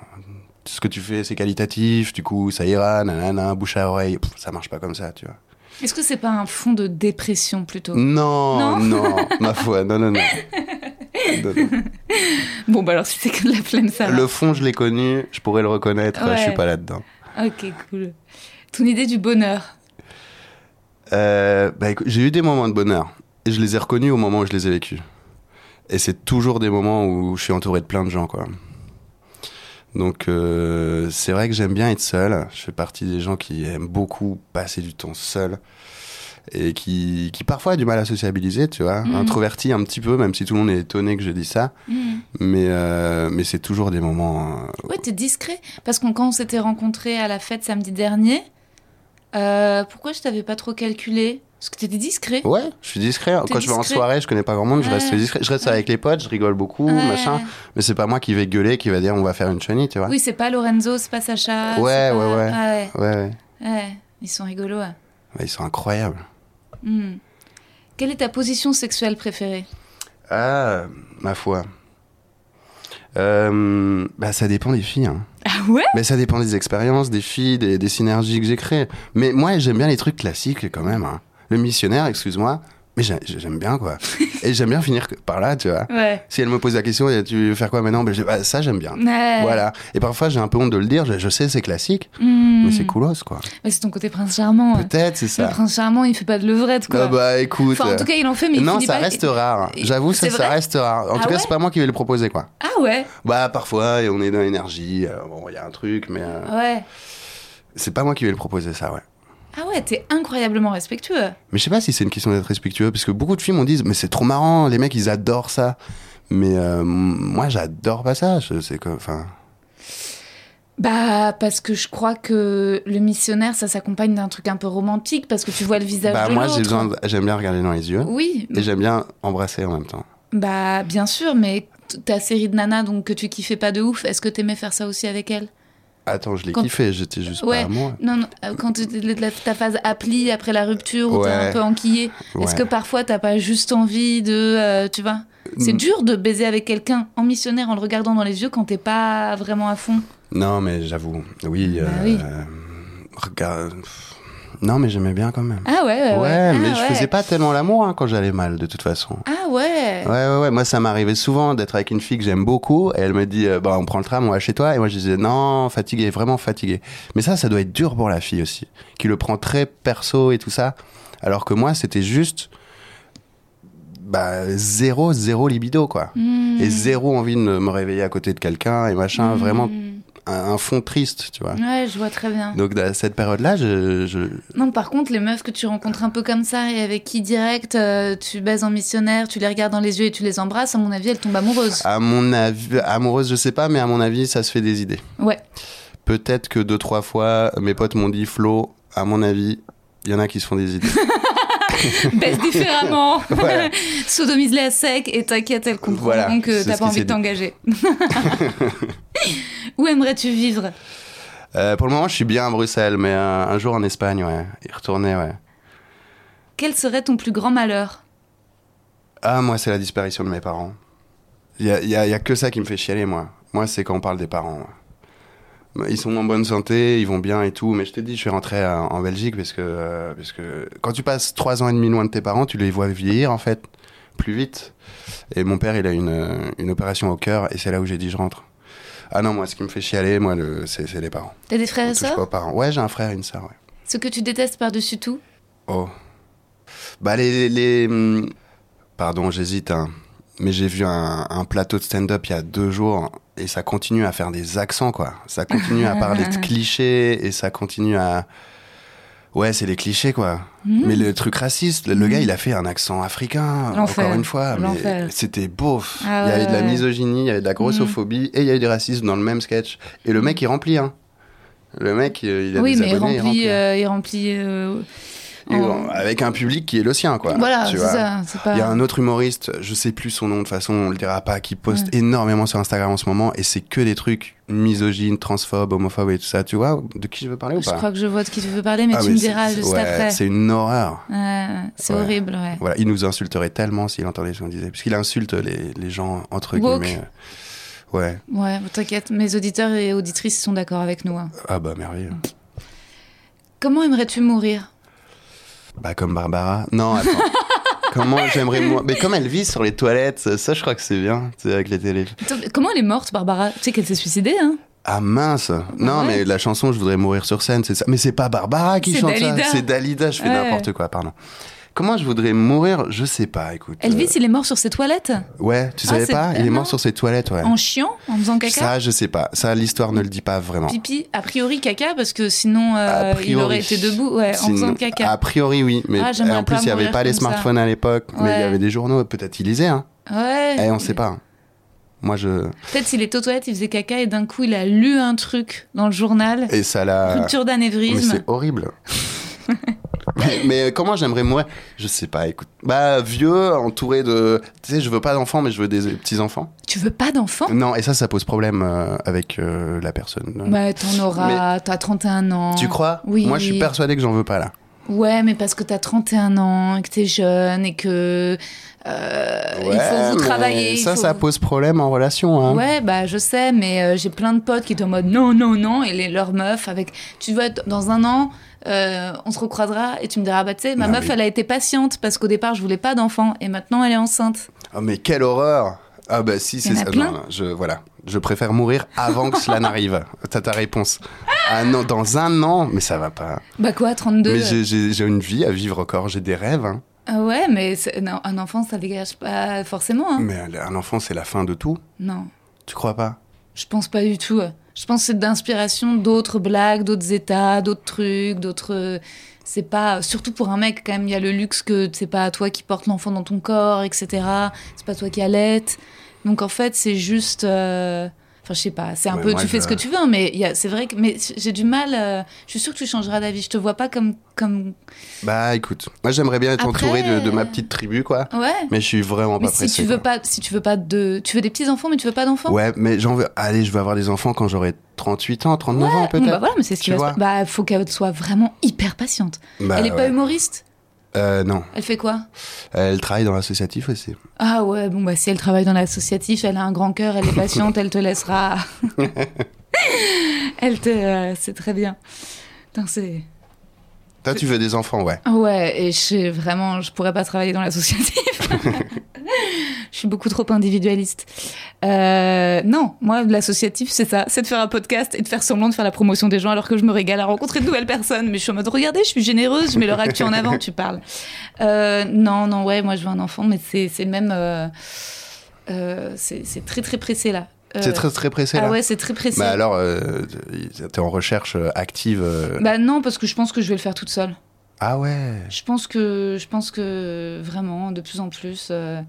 Speaker 3: Ce que tu fais, c'est qualitatif, du coup, ça ira, nanana, bouche à oreille. Pff, ça marche pas comme ça, tu vois.
Speaker 2: Est-ce que c'est pas un fond de dépression plutôt
Speaker 3: Mm. Non, non, ma foi, non, non, non. Non, non.
Speaker 2: Bon, bah alors si c'est que de la flemme, ça va.
Speaker 3: Le fond, je l'ai connu, je pourrais le reconnaître,
Speaker 2: Ouais.
Speaker 3: je suis pas là-dedans.
Speaker 2: Ah, Ok, cool. Ton idée du bonheur.
Speaker 3: Euh, bah, écoute, j'ai eu des moments de bonheur et je les ai reconnus au moment où je les ai vécus. Et c'est toujours des moments où je suis entouré de plein de gens, quoi. Donc euh, c'est vrai que j'aime bien être seul. Je fais partie des gens qui aiment beaucoup passer du temps seul et qui, qui parfois a du mal à sociabiliser, tu vois.
Speaker 2: Mhm.
Speaker 3: Introverti un petit peu, même si tout le monde est étonné que je dis ça. Mais, euh, mais c'est toujours des moments... euh,
Speaker 2: Mm. Ouais, t'es discret. Parce que quand on s'était rencontrés à la fête samedi dernier, euh, pourquoi je t'avais pas trop calculé Parce que t'étais discret.
Speaker 3: Ouais, je suis discret. Quand
Speaker 2: T'es
Speaker 3: je vais en
Speaker 2: discret.
Speaker 3: soirée, je connais pas grand monde, je
Speaker 2: Ouais.
Speaker 3: reste discret. Je reste avec les potes, je rigole beaucoup,
Speaker 2: Ouais.
Speaker 3: machin. Mais c'est pas moi qui vais gueuler, qui va dire on va faire une chenille, tu vois.
Speaker 2: Oui, c'est pas Lorenzo, c'est pas Sacha.
Speaker 3: Ouais,
Speaker 2: c'est pas-
Speaker 3: ouais, ouais.
Speaker 2: Ah ouais.
Speaker 3: Ouais, ouais.
Speaker 2: ouais. Ils sont rigolos. hein. ouais.
Speaker 3: Ouais, ils sont incroyables.
Speaker 2: Hmm. Quelle est ta position sexuelle préférée
Speaker 3: Ah, ma foi. Euh, bah, ça dépend des filles. hein.
Speaker 2: Ah ouais
Speaker 3: Mais ça dépend des expériences, des filles, des, des synergies que j'ai créées. Mais moi, j'aime bien les trucs classiques quand même. hein. Le missionnaire, excuse-moi, mais j'ai- j'aime bien quoi. Et j'aime bien finir que- par là, tu vois.
Speaker 2: Ouais.
Speaker 3: Si elle me pose la question, tu veux faire quoi maintenant Ben, je dis, bah, Ça, j'aime bien.
Speaker 2: Ouais.
Speaker 3: Voilà. Et parfois, j'ai un peu honte de le dire. Je, je sais, c'est classique,
Speaker 2: Hmm.
Speaker 3: mais c'est coolos, quoi.
Speaker 2: Mais c'est ton côté prince charmant. ouais.
Speaker 3: Peut-être, c'est
Speaker 2: Le
Speaker 3: ça.
Speaker 2: prince charmant, il fait pas de levrette, quoi.
Speaker 3: Ah bah, écoute. euh,
Speaker 2: enfin, en tout cas, il en fait, mais il
Speaker 3: non,
Speaker 2: finit
Speaker 3: ça
Speaker 2: pas-
Speaker 3: reste rare. J'avoue, ça,
Speaker 2: C'est
Speaker 3: ça
Speaker 2: vrai
Speaker 3: reste rare. En
Speaker 2: Ah
Speaker 3: tout cas,
Speaker 2: ouais
Speaker 3: c'est pas moi qui vais le proposer, quoi.
Speaker 2: Ah ouais
Speaker 3: Bah, parfois, et on est dans l'énergie. euh, bon, il y a un truc, mais euh,
Speaker 2: Ah Ouais.
Speaker 3: c'est pas moi qui vais le proposer, ça, ouais.
Speaker 2: Ah ouais, t'es incroyablement respectueux.
Speaker 3: Mais je sais pas si c'est une question d'être respectueux, parce que beaucoup de filles m'ont dit, mais c'est trop marrant, les mecs, ils adorent ça. Mais euh, moi, j'adore pas ça. Je- C'est comme, enfin.
Speaker 2: Bah, parce que je crois que le missionnaire, ça s'accompagne d'un truc un peu romantique, parce que tu vois le visage
Speaker 3: Bah,
Speaker 2: de
Speaker 3: moi,
Speaker 2: l'autre. hein.
Speaker 3: j'ai besoin de- j'aime bien regarder dans les yeux.
Speaker 2: Oui,
Speaker 3: Et j'aime bien embrasser en même temps.
Speaker 2: bah bien sûr, mais t- ta série de nanas, donc que tu kiffais pas de ouf, est-ce que t'aimais faire ça aussi avec elle
Speaker 3: Attends, je l'ai
Speaker 2: Quand-
Speaker 3: kiffé, j'étais juste
Speaker 2: Ouais.
Speaker 3: pas amoureux.
Speaker 2: Non, non, euh, quand t'es- le- la- ta phase appli après la rupture, où t'es
Speaker 3: Ouais.
Speaker 2: un peu enquillé, est-ce
Speaker 3: Ouais.
Speaker 2: que parfois t'as pas juste envie de. euh, tu vois C'est
Speaker 3: Mm.
Speaker 2: dur de baiser avec quelqu'un en missionnaire en le regardant dans les yeux quand t'es pas vraiment à fond.
Speaker 3: Non, mais j'avoue, oui.
Speaker 2: Bah
Speaker 3: euh,
Speaker 2: oui.
Speaker 3: Regarde. pff, Non, mais j'aimais bien quand même.
Speaker 2: Ah ouais, ouais, ouais. Ah
Speaker 3: mais je
Speaker 2: ouais.
Speaker 3: faisais pas tellement l'amour hein, quand j'allais mal, de toute façon.
Speaker 2: Ah ouais.
Speaker 3: Ouais, ouais, ouais. Moi, ça m'arrivait souvent d'être avec une fille que j'aime beaucoup. Et elle me dit, euh, bah, on prend le tram, on va chez toi. Et moi, je disais, non, fatigué, vraiment fatigué. Mais ça, ça doit être dur pour la fille aussi, qui le prend très perso et tout ça. Alors que moi, c'était juste, bah, zéro, zéro libido, quoi.
Speaker 2: Hmm.
Speaker 3: Et zéro envie de me réveiller à côté de quelqu'un et machin. Vraiment,
Speaker 2: Hmm.
Speaker 3: un, un fond triste, tu vois.
Speaker 2: Ouais, je vois très bien.
Speaker 3: Donc à cette période-là, je, je...
Speaker 2: Non, par contre, les meufs que tu rencontres un peu comme ça et avec qui direct euh, tu baises en missionnaire, tu les regardes dans les yeux et tu les embrasses, à mon avis, elles tombent amoureuses.
Speaker 3: à mon avis, amoureuse, je sais pas, mais à mon avis, ça se fait des idées.
Speaker 2: Ouais.
Speaker 3: Peut-être que deux trois fois, mes potes m'ont dit Flo, à mon avis, il y en a qui se font des idées.
Speaker 2: Baisse différemment.
Speaker 3: Voilà.
Speaker 2: Sodomise-les à sec et t'inquiète, elles comprendront
Speaker 3: Voilà,
Speaker 2: que
Speaker 3: c'est
Speaker 2: t'as
Speaker 3: ce
Speaker 2: pas envie
Speaker 3: qui s'est
Speaker 2: de
Speaker 3: dit.
Speaker 2: t'engager. Où aimerais-tu vivre
Speaker 3: Euh, pour le moment, je suis bien à Bruxelles, mais euh, un jour en Espagne, ouais, y retourner, ouais.
Speaker 2: Quel serait ton plus grand malheur
Speaker 3: Ah, moi, c'est la disparition de mes parents. Il y a, y a- y a que ça qui me fait chialer, moi. Moi, c'est quand on parle des parents. moi. Ils sont en bonne santé, ils vont bien et tout. Mais je t'ai dit, je suis rentré euh, en Belgique parce que, euh, parce que quand tu passes trois ans et demi loin de tes parents, tu les vois vieillir, en fait, plus vite. Et mon père, il a une, euh, une opération au cœur et c'est là où j'ai dit, je rentre. Ah non, moi, ce qui me fait chialer, moi, le, c'est, c'est les parents.
Speaker 2: T'as des frères
Speaker 3: On
Speaker 2: et
Speaker 3: touche pas
Speaker 2: sœurs
Speaker 3: aux parents. Ouais, j'ai un frère et une sœur, ouais.
Speaker 2: Ce que tu détestes par-dessus tout
Speaker 3: Oh. Bah, les. les, les- hum, Pardon, j'hésite, hein. Mais j'ai vu un, un plateau de stand-up il y a deux jours et ça continue à faire des accents, quoi. Ça continue à parler de clichés et ça continue à. Ouais, c'est les clichés, quoi.
Speaker 2: Mmh.
Speaker 3: Mais le truc raciste, le, le gars, il a fait un accent africain,
Speaker 2: L'enfer.
Speaker 3: encore une fois.
Speaker 2: L'enfer.
Speaker 3: Mais c'était beauf.
Speaker 2: Ah
Speaker 3: il y avait de la
Speaker 2: ouais. Mmh.
Speaker 3: misogynie, il y avait de la grossophobie et il y avait du racisme dans le même sketch. Et le mec, il remplit, hein. Le mec, il a
Speaker 2: Oui,
Speaker 3: des
Speaker 2: mais il
Speaker 3: abonnés,
Speaker 2: remplit.
Speaker 3: il remplit. hein.
Speaker 2: euh, il remplit euh,
Speaker 3: Et
Speaker 2: en-
Speaker 3: bon, avec un public qui est le sien, quoi.
Speaker 2: Voilà, c'est
Speaker 3: tu vois.
Speaker 2: ça. C'est pas...
Speaker 3: Il y a un autre humoriste, je sais plus son nom, de toute façon, on le dira pas, qui poste énormément sur Instagram en ce moment, et c'est que des trucs misogynes, transphobes, homophobes et tout ça, tu vois De qui je veux parler ou
Speaker 2: Je
Speaker 3: pas
Speaker 2: crois que je vois de qui tu veux parler, mais
Speaker 3: Ah,
Speaker 2: tu
Speaker 3: mais
Speaker 2: me
Speaker 3: c'est-
Speaker 2: diras juste
Speaker 3: ouais,
Speaker 2: après.
Speaker 3: C'est une horreur.
Speaker 2: Ouais, c'est
Speaker 3: Ouais.
Speaker 2: horrible, ouais.
Speaker 3: Voilà, il nous insulterait tellement s'il entendait ce qu'on disait, parce qu'il insulte les, les gens, entre
Speaker 2: Woke.
Speaker 3: guillemets. Ouais,
Speaker 2: Ouais, t'inquiète, mes auditeurs et auditrices sont d'accord avec nous. hein.
Speaker 3: ah bah merveilleux.
Speaker 2: Comment aimerais-tu mourir
Speaker 3: Bah, comme Barbara. Non, attends. Comment j'aimerais moi. Mais comme elle vit sur les toilettes, ça, ça, je crois que c'est bien, tu sais, avec les télés.
Speaker 2: Attends, mais Comment elle est morte, Barbara Tu sais qu'elle s'est suicidée, hein
Speaker 3: Ah mince Non,
Speaker 2: ouais.
Speaker 3: mais la chanson Je voudrais mourir sur scène, c'est ça. Mais c'est pas Barbara qui
Speaker 2: C'est
Speaker 3: chante
Speaker 2: Dalida.
Speaker 3: ça, c'est Dalida, je fais
Speaker 2: Ouais.
Speaker 3: n'importe quoi, pardon. Comment je voudrais mourir Je sais pas, écoute.
Speaker 2: Elvis, il est mort sur ses toilettes
Speaker 3: Euh, Ouais, tu
Speaker 2: Ah,
Speaker 3: savais
Speaker 2: c'est-
Speaker 3: pas Il est
Speaker 2: non.
Speaker 3: mort sur ses toilettes, ouais.
Speaker 2: En chiant En faisant caca
Speaker 3: Ça, je sais pas. Ça, l'histoire ne le dit pas vraiment.
Speaker 2: Pipi, a priori caca, parce que sinon euh,
Speaker 3: A
Speaker 2: il
Speaker 3: priori.
Speaker 2: aurait été debout, ouais, en
Speaker 3: Sinon-
Speaker 2: faisant caca.
Speaker 3: A priori, oui. Mais
Speaker 2: Ah, j'aimerais
Speaker 3: en plus,
Speaker 2: pas
Speaker 3: il n'y avait
Speaker 2: mourir
Speaker 3: pas les
Speaker 2: comme ça.
Speaker 3: smartphones à l'époque. Mais il
Speaker 2: Ouais.
Speaker 3: y avait des journaux. Peut-être il lisait. Hein.
Speaker 2: Ouais.
Speaker 3: Eh, on sait pas. hein. Moi, je.
Speaker 2: Peut-être s'il était aux toilettes, il faisait caca et d'un coup il a lu un truc dans le journal.
Speaker 3: Et ça l'a.
Speaker 2: Rupture
Speaker 3: Oh, Mais
Speaker 2: d'anévrisme.
Speaker 3: c'est horrible. mais, mais comment j'aimerais mourir Je sais pas, écoute. Bah, vieux, entouré de. Tu sais, je veux pas d'enfants, mais je veux des petits-enfants.
Speaker 2: Tu veux pas d'enfant
Speaker 3: Non, et ça, ça pose problème euh, avec euh, la personne.
Speaker 2: Bah t'en auras, t'as 31 ans.
Speaker 3: Tu crois
Speaker 2: Oui.
Speaker 3: Moi, je suis persuadé que j'en veux pas là.
Speaker 2: Ouais, mais parce que t'as 31 ans, et que t'es jeune et que euh, il faut vous
Speaker 3: mais
Speaker 2: travailler. il
Speaker 3: Ça,
Speaker 2: faut
Speaker 3: ça
Speaker 2: vous-
Speaker 3: pose problème en relation. Hein.
Speaker 2: Ouais, bah je sais, mais euh, j'ai plein de potes qui étaient en mode non, non, non, et les, leurs meufs avec. Tu vois, t- dans un an, euh, on se recroisera et tu me diras, bah tu sais, ma
Speaker 3: Non,
Speaker 2: meuf,
Speaker 3: mais-
Speaker 2: elle a été patiente parce qu'au départ, je voulais pas d'enfant et maintenant, elle est enceinte.
Speaker 3: Oh, mais quelle horreur Ah bah si,
Speaker 2: y en
Speaker 3: c'est
Speaker 2: a
Speaker 3: ça. Non,
Speaker 2: plein.
Speaker 3: non, je, voilà. je préfère mourir avant que cela n'arrive. T'as ta réponse. Ah non, dans un an, mais ça va pas.
Speaker 2: Bah quoi, 32
Speaker 3: Mais
Speaker 2: euh,
Speaker 3: j'ai- j'ai j'ai une vie à vivre encore, j'ai des rêves. hein.
Speaker 2: Ah ouais, mais c'est- non, un enfant, ça dégage pas forcément. Hein.
Speaker 3: Mais un enfant, c'est la fin de tout.
Speaker 2: Non,
Speaker 3: Tu crois pas
Speaker 2: je pense pas du tout. Je pense que c'est d'inspiration d'autres blagues, d'autres états, d'autres trucs, d'autres. C'est pas. Surtout pour un mec, quand même, il y a le luxe que c'est pas toi qui portes l'enfant dans ton corps, etc. C'est pas toi qui allaites. Donc en fait, c'est juste. euh, Enfin, je sais pas, c'est un
Speaker 3: Ouais,
Speaker 2: peu.
Speaker 3: moi,
Speaker 2: Tu fais
Speaker 3: je-
Speaker 2: ce que tu veux, hein, mais il y a- c'est vrai que. Mais j'ai du mal. euh, Je suis sûre que tu changeras d'avis. Je te vois pas comme. comme...
Speaker 3: Bah écoute, moi j'aimerais bien être
Speaker 2: Après-
Speaker 3: entouré de, de ma petite tribu, quoi.
Speaker 2: Ouais!
Speaker 3: Mais je suis vraiment
Speaker 2: Mais
Speaker 3: pas
Speaker 2: si
Speaker 3: pressé.
Speaker 2: tu veux
Speaker 3: quoi.
Speaker 2: pas, si tu veux pas de, tu veux des petits enfants, mais tu veux pas d'enfants.
Speaker 3: Ouais, mais j'en veux. Allez, je veux avoir des enfants quand j'aurai 38 ans, 39 ans
Speaker 2: Bon,
Speaker 3: peut-être.
Speaker 2: bah voilà, mais c'est ce qui
Speaker 3: Tu
Speaker 2: va se
Speaker 3: vois
Speaker 2: passer. Bah, faut qu'elle soit vraiment hyper patiente.
Speaker 3: Bah,
Speaker 2: elle est pas
Speaker 3: ouais.
Speaker 2: humoriste
Speaker 3: Euh, non,
Speaker 2: Elle fait quoi
Speaker 3: elle travaille dans l'associatif aussi.
Speaker 2: Ah ouais, bon, bah si elle travaille dans l'associatif, elle a un grand cœur, elle est patiente, elle te laissera. elle te. euh, c'est très bien. Putain, c'est.
Speaker 3: Toi, tu veux des enfants, ouais.
Speaker 2: Ah Ouais, et je sais vraiment, je pourrais pas travailler dans l'associatif. je suis beaucoup trop individualiste. Euh, non, moi, l'associatif, c'est ça, c'est de faire un podcast et de faire semblant de faire la promotion des gens alors que je me régale à rencontrer de nouvelles personnes. Mais je suis en mode, regardez, je suis généreuse, je mets leur actu en avant, tu parles. Euh, non, non, ouais, moi, je veux un enfant, mais c'est c'est même. euh, euh, c'est c'est très, très pressé là. Euh,
Speaker 3: C'est très très pressé
Speaker 2: Ah
Speaker 3: là.
Speaker 2: ouais, c'est très pressé.
Speaker 3: Bah alors, euh, t'es en recherche euh, active. euh.
Speaker 2: Bah non, parce que je pense que je vais le faire toute seule.
Speaker 3: Ah ouais.
Speaker 2: Je pense que, je pense que vraiment, de plus en plus. euh,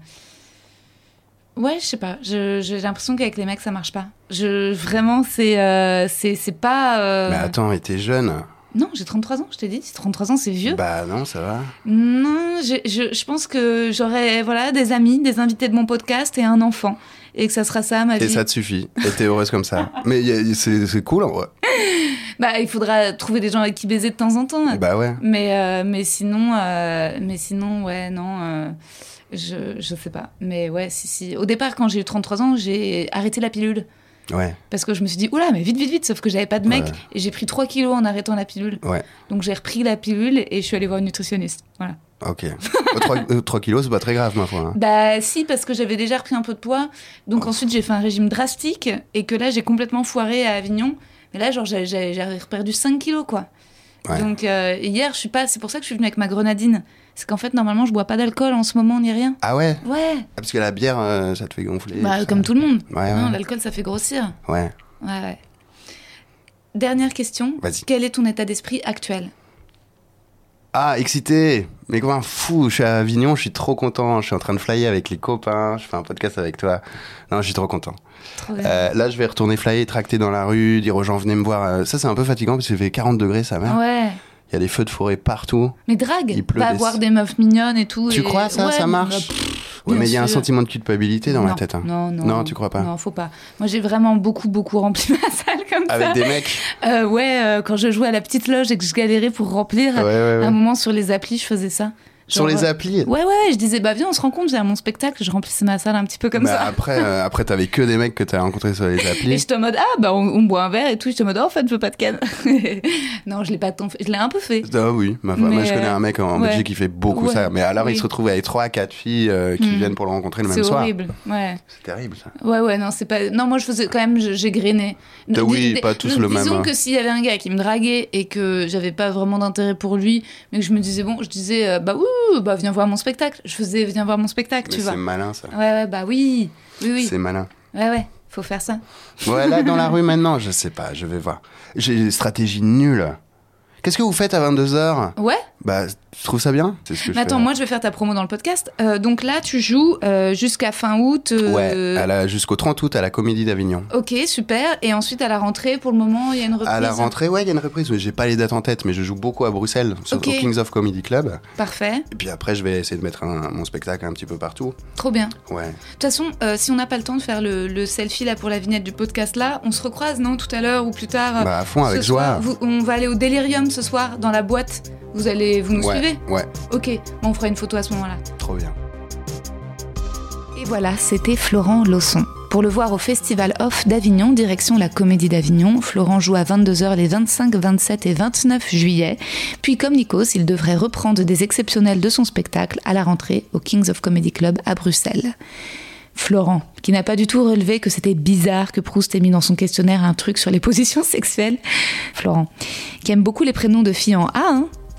Speaker 2: Ouais, je sais pas. Je- J'ai l'impression qu'avec les mecs, ça marche pas. Je vraiment, c'est, euh, c'est, c'est pas. euh,
Speaker 3: Mais Bah, attends, et t'es jeune
Speaker 2: Non, j'ai 33 ans. Je t'ai dit, 33 ans, c'est vieux.
Speaker 3: Bah non, ça va.
Speaker 2: Non, je, je, je pense que j'aurais voilà des amis, des invités de mon podcast et un enfant, et que ça sera ça ma
Speaker 3: Et
Speaker 2: vie.
Speaker 3: ça te suffit. Et t'es heureuse comme ça. Mais y a- c'est c'est cool en vrai.
Speaker 2: Bah, il faudra trouver des gens avec qui baiser de temps en temps.
Speaker 3: Bah ouais.
Speaker 2: Mais, euh, mais sinon, euh, mais sinon, ouais, non, euh, je, je sais pas. Mais ouais, si, si. Au départ, quand j'ai eu 33 ans, j'ai arrêté la pilule.
Speaker 3: Ouais.
Speaker 2: Parce que je me suis dit, oula, mais vite, vite, vite, sauf que j'avais pas de mec.
Speaker 3: Ouais.
Speaker 2: Et j'ai pris 3 kilos en arrêtant la pilule.
Speaker 3: Ouais.
Speaker 2: Donc j'ai repris la pilule et je suis allée voir une nutritionniste. Voilà.
Speaker 3: Ok. Oh, 3, kilos, c'est pas très grave, ma foi. hein.
Speaker 2: Bah si, parce que j'avais déjà repris un peu de poids. Donc ensuite, j'ai fait un régime drastique et que là, j'ai complètement foiré à Avignon. Mais là, genre, j'ai- j'ai j'ai perdu 5 kilos, quoi.
Speaker 3: Ouais.
Speaker 2: Donc euh, hier, je suis pas. C'est pour ça que je suis venue avec ma grenadine. C'est qu'en fait, normalement, je bois pas d'alcool en ce moment ni rien.
Speaker 3: Ah ouais Ah,
Speaker 2: Ouais.
Speaker 3: Parce que la bière, euh, ça te fait gonfler.
Speaker 2: Bah,
Speaker 3: ça.
Speaker 2: comme tout le monde.
Speaker 3: Ouais,
Speaker 2: Non,
Speaker 3: ouais.
Speaker 2: l'alcool, ça fait grossir.
Speaker 3: Ouais.
Speaker 2: Ouais, ouais. Dernière question.
Speaker 3: Vas-y.
Speaker 2: Quel est ton état d'esprit actuel
Speaker 3: Ah, excité Mais comme un fou, je suis à Avignon, je suis trop content. Je suis en train de flyer avec les copains, je fais un podcast avec toi. Non, je suis trop content.
Speaker 2: Trop bien.
Speaker 3: Euh, là, je vais retourner flyer, tracter dans la rue, dire aux gens, venez me voir. Euh, Ça, c'est un peu fatigant parce qu'il fait 40 degrés, sa mère.
Speaker 2: Ah Ouais.
Speaker 3: Il y a des feux de forêt partout.
Speaker 2: Mais drague,
Speaker 3: hein Il pleut
Speaker 2: va
Speaker 3: des-
Speaker 2: avoir des meufs mignonnes et tout.
Speaker 3: Tu
Speaker 2: et-
Speaker 3: crois ça,
Speaker 2: Ouais,
Speaker 3: ça
Speaker 2: bah,
Speaker 3: marche
Speaker 2: pff,
Speaker 3: Ouais,
Speaker 2: bien
Speaker 3: mais il y a un
Speaker 2: sûr.
Speaker 3: sentiment de culpabilité dans ma
Speaker 2: Non,
Speaker 3: tête. hein.
Speaker 2: Non, non.
Speaker 3: Non, tu crois pas.
Speaker 2: Non, faut pas. Moi, j'ai vraiment beaucoup, beaucoup rempli ma salle comme ça.
Speaker 3: Avec des mecs.
Speaker 2: Euh, ouais, euh, quand je jouais à la petite loge et que je galérais pour remplir,
Speaker 3: Ouais, ouais, ouais.
Speaker 2: à un moment sur les applis, je faisais ça. euh,
Speaker 3: Sur les applis
Speaker 2: Ouais, ouais, ouais, je disais, bah viens, on se rencontre, j'ai mon spectacle, je remplissais ma salle un petit peu comme
Speaker 3: Bah,
Speaker 2: ça.
Speaker 3: Après, euh, après t'avais que des mecs que t'as rencontrés sur les
Speaker 2: Et
Speaker 3: applis.
Speaker 2: j'étais en mode, ah, bah on, on boit un verre et tout, j'étais en mode, oh, en fait, je veux pas de canne. non, je l'ai pas tant fait, je l'ai un peu fait.
Speaker 3: Ah oui, ma femme-
Speaker 2: Mais, euh,
Speaker 3: moi, je connais un mec en
Speaker 2: ouais.
Speaker 3: Belgique qui fait beaucoup
Speaker 2: Ouais.
Speaker 3: ça. Mais alors
Speaker 2: Oui.
Speaker 3: il se retrouve avec trois, quatre filles euh, qui
Speaker 2: Mm.
Speaker 3: viennent pour le rencontrer le
Speaker 2: C'est
Speaker 3: même soir.
Speaker 2: horrible. Ouais.
Speaker 3: C'est terrible ça.
Speaker 2: Ouais, ouais, non, c'est pas. Non, moi, je faisais quand même, je- j'ai grainé.
Speaker 3: Bah
Speaker 2: Dis-
Speaker 3: oui,
Speaker 2: dis-
Speaker 3: pas tous le
Speaker 2: Disons
Speaker 3: même. hein.
Speaker 2: que s'il y avait un gars qui me draguait et que j'avais pas vraiment d'intérêt pour lui, mais que je me disais, bon, je disais, euh, bah ouh, bah viens voir mon spectacle. Je faisais, viens voir mon spectacle,
Speaker 3: Mais
Speaker 2: tu vois.
Speaker 3: c'est malin ça.
Speaker 2: Ouais, ouais, bah oui. Oui, oui.
Speaker 3: C'est malin.
Speaker 2: Ouais, ouais, faut faire ça.
Speaker 3: Ouais, là, dans la rue maintenant, je sais pas, je vais voir. J'ai une stratégie nulle. Qu'est-ce que vous faites à 22h
Speaker 2: Ouais,
Speaker 3: Bah, tu trouves ça bien C'est ce que
Speaker 2: mais
Speaker 3: je
Speaker 2: Bah, attends,
Speaker 3: fais.
Speaker 2: moi, je vais faire ta promo dans le podcast. Euh, donc là, tu joues euh, jusqu'à fin août. euh,
Speaker 3: Ouais, à la- jusqu'au 30 août à la Comédie d'Avignon.
Speaker 2: Ok, super. Et ensuite, à la rentrée, pour le moment, il y a une reprise.
Speaker 3: À la rentrée, ouais, il y a une reprise, mais j'ai pas les dates en tête, mais je joue beaucoup à Bruxelles, sur-
Speaker 2: Ok.
Speaker 3: au Kings of Comedy Club.
Speaker 2: Parfait,
Speaker 3: Et puis après, je vais essayer de mettre un- mon spectacle un petit peu partout.
Speaker 2: trop bien.
Speaker 3: Ouais.
Speaker 2: De toute façon, euh, si on n'a pas le temps de faire le, le selfie là pour la vignette du podcast là, on se recroise non tout à l'heure ou plus tard. euh,
Speaker 3: Bah, à fond, avec
Speaker 2: ce
Speaker 3: joie.
Speaker 2: soir. Vous- on va aller au Delirium ce soir dans la boîte. Vous allez, vous nous
Speaker 3: ouais,
Speaker 2: suivez
Speaker 3: ouais,
Speaker 2: Ok, bon, on fera une photo à ce moment-là.
Speaker 3: trop bien.
Speaker 4: Et voilà, c'était Florent Lawson. Pour le voir au Festival Off d'Avignon, direction la Comédie d'Avignon, Florent joue à 22h les 25, 27 et 29 juillet. Puis comme Nikos, il devrait reprendre des exceptionnels de son spectacle à la rentrée au Kings of Comedy Club à Bruxelles. Florent, qui n'a pas du tout relevé que c'était bizarre que Proust ait mis dans son questionnaire un truc sur les positions sexuelles. Florent, qui aime beaucoup les prénoms de filles en A, hein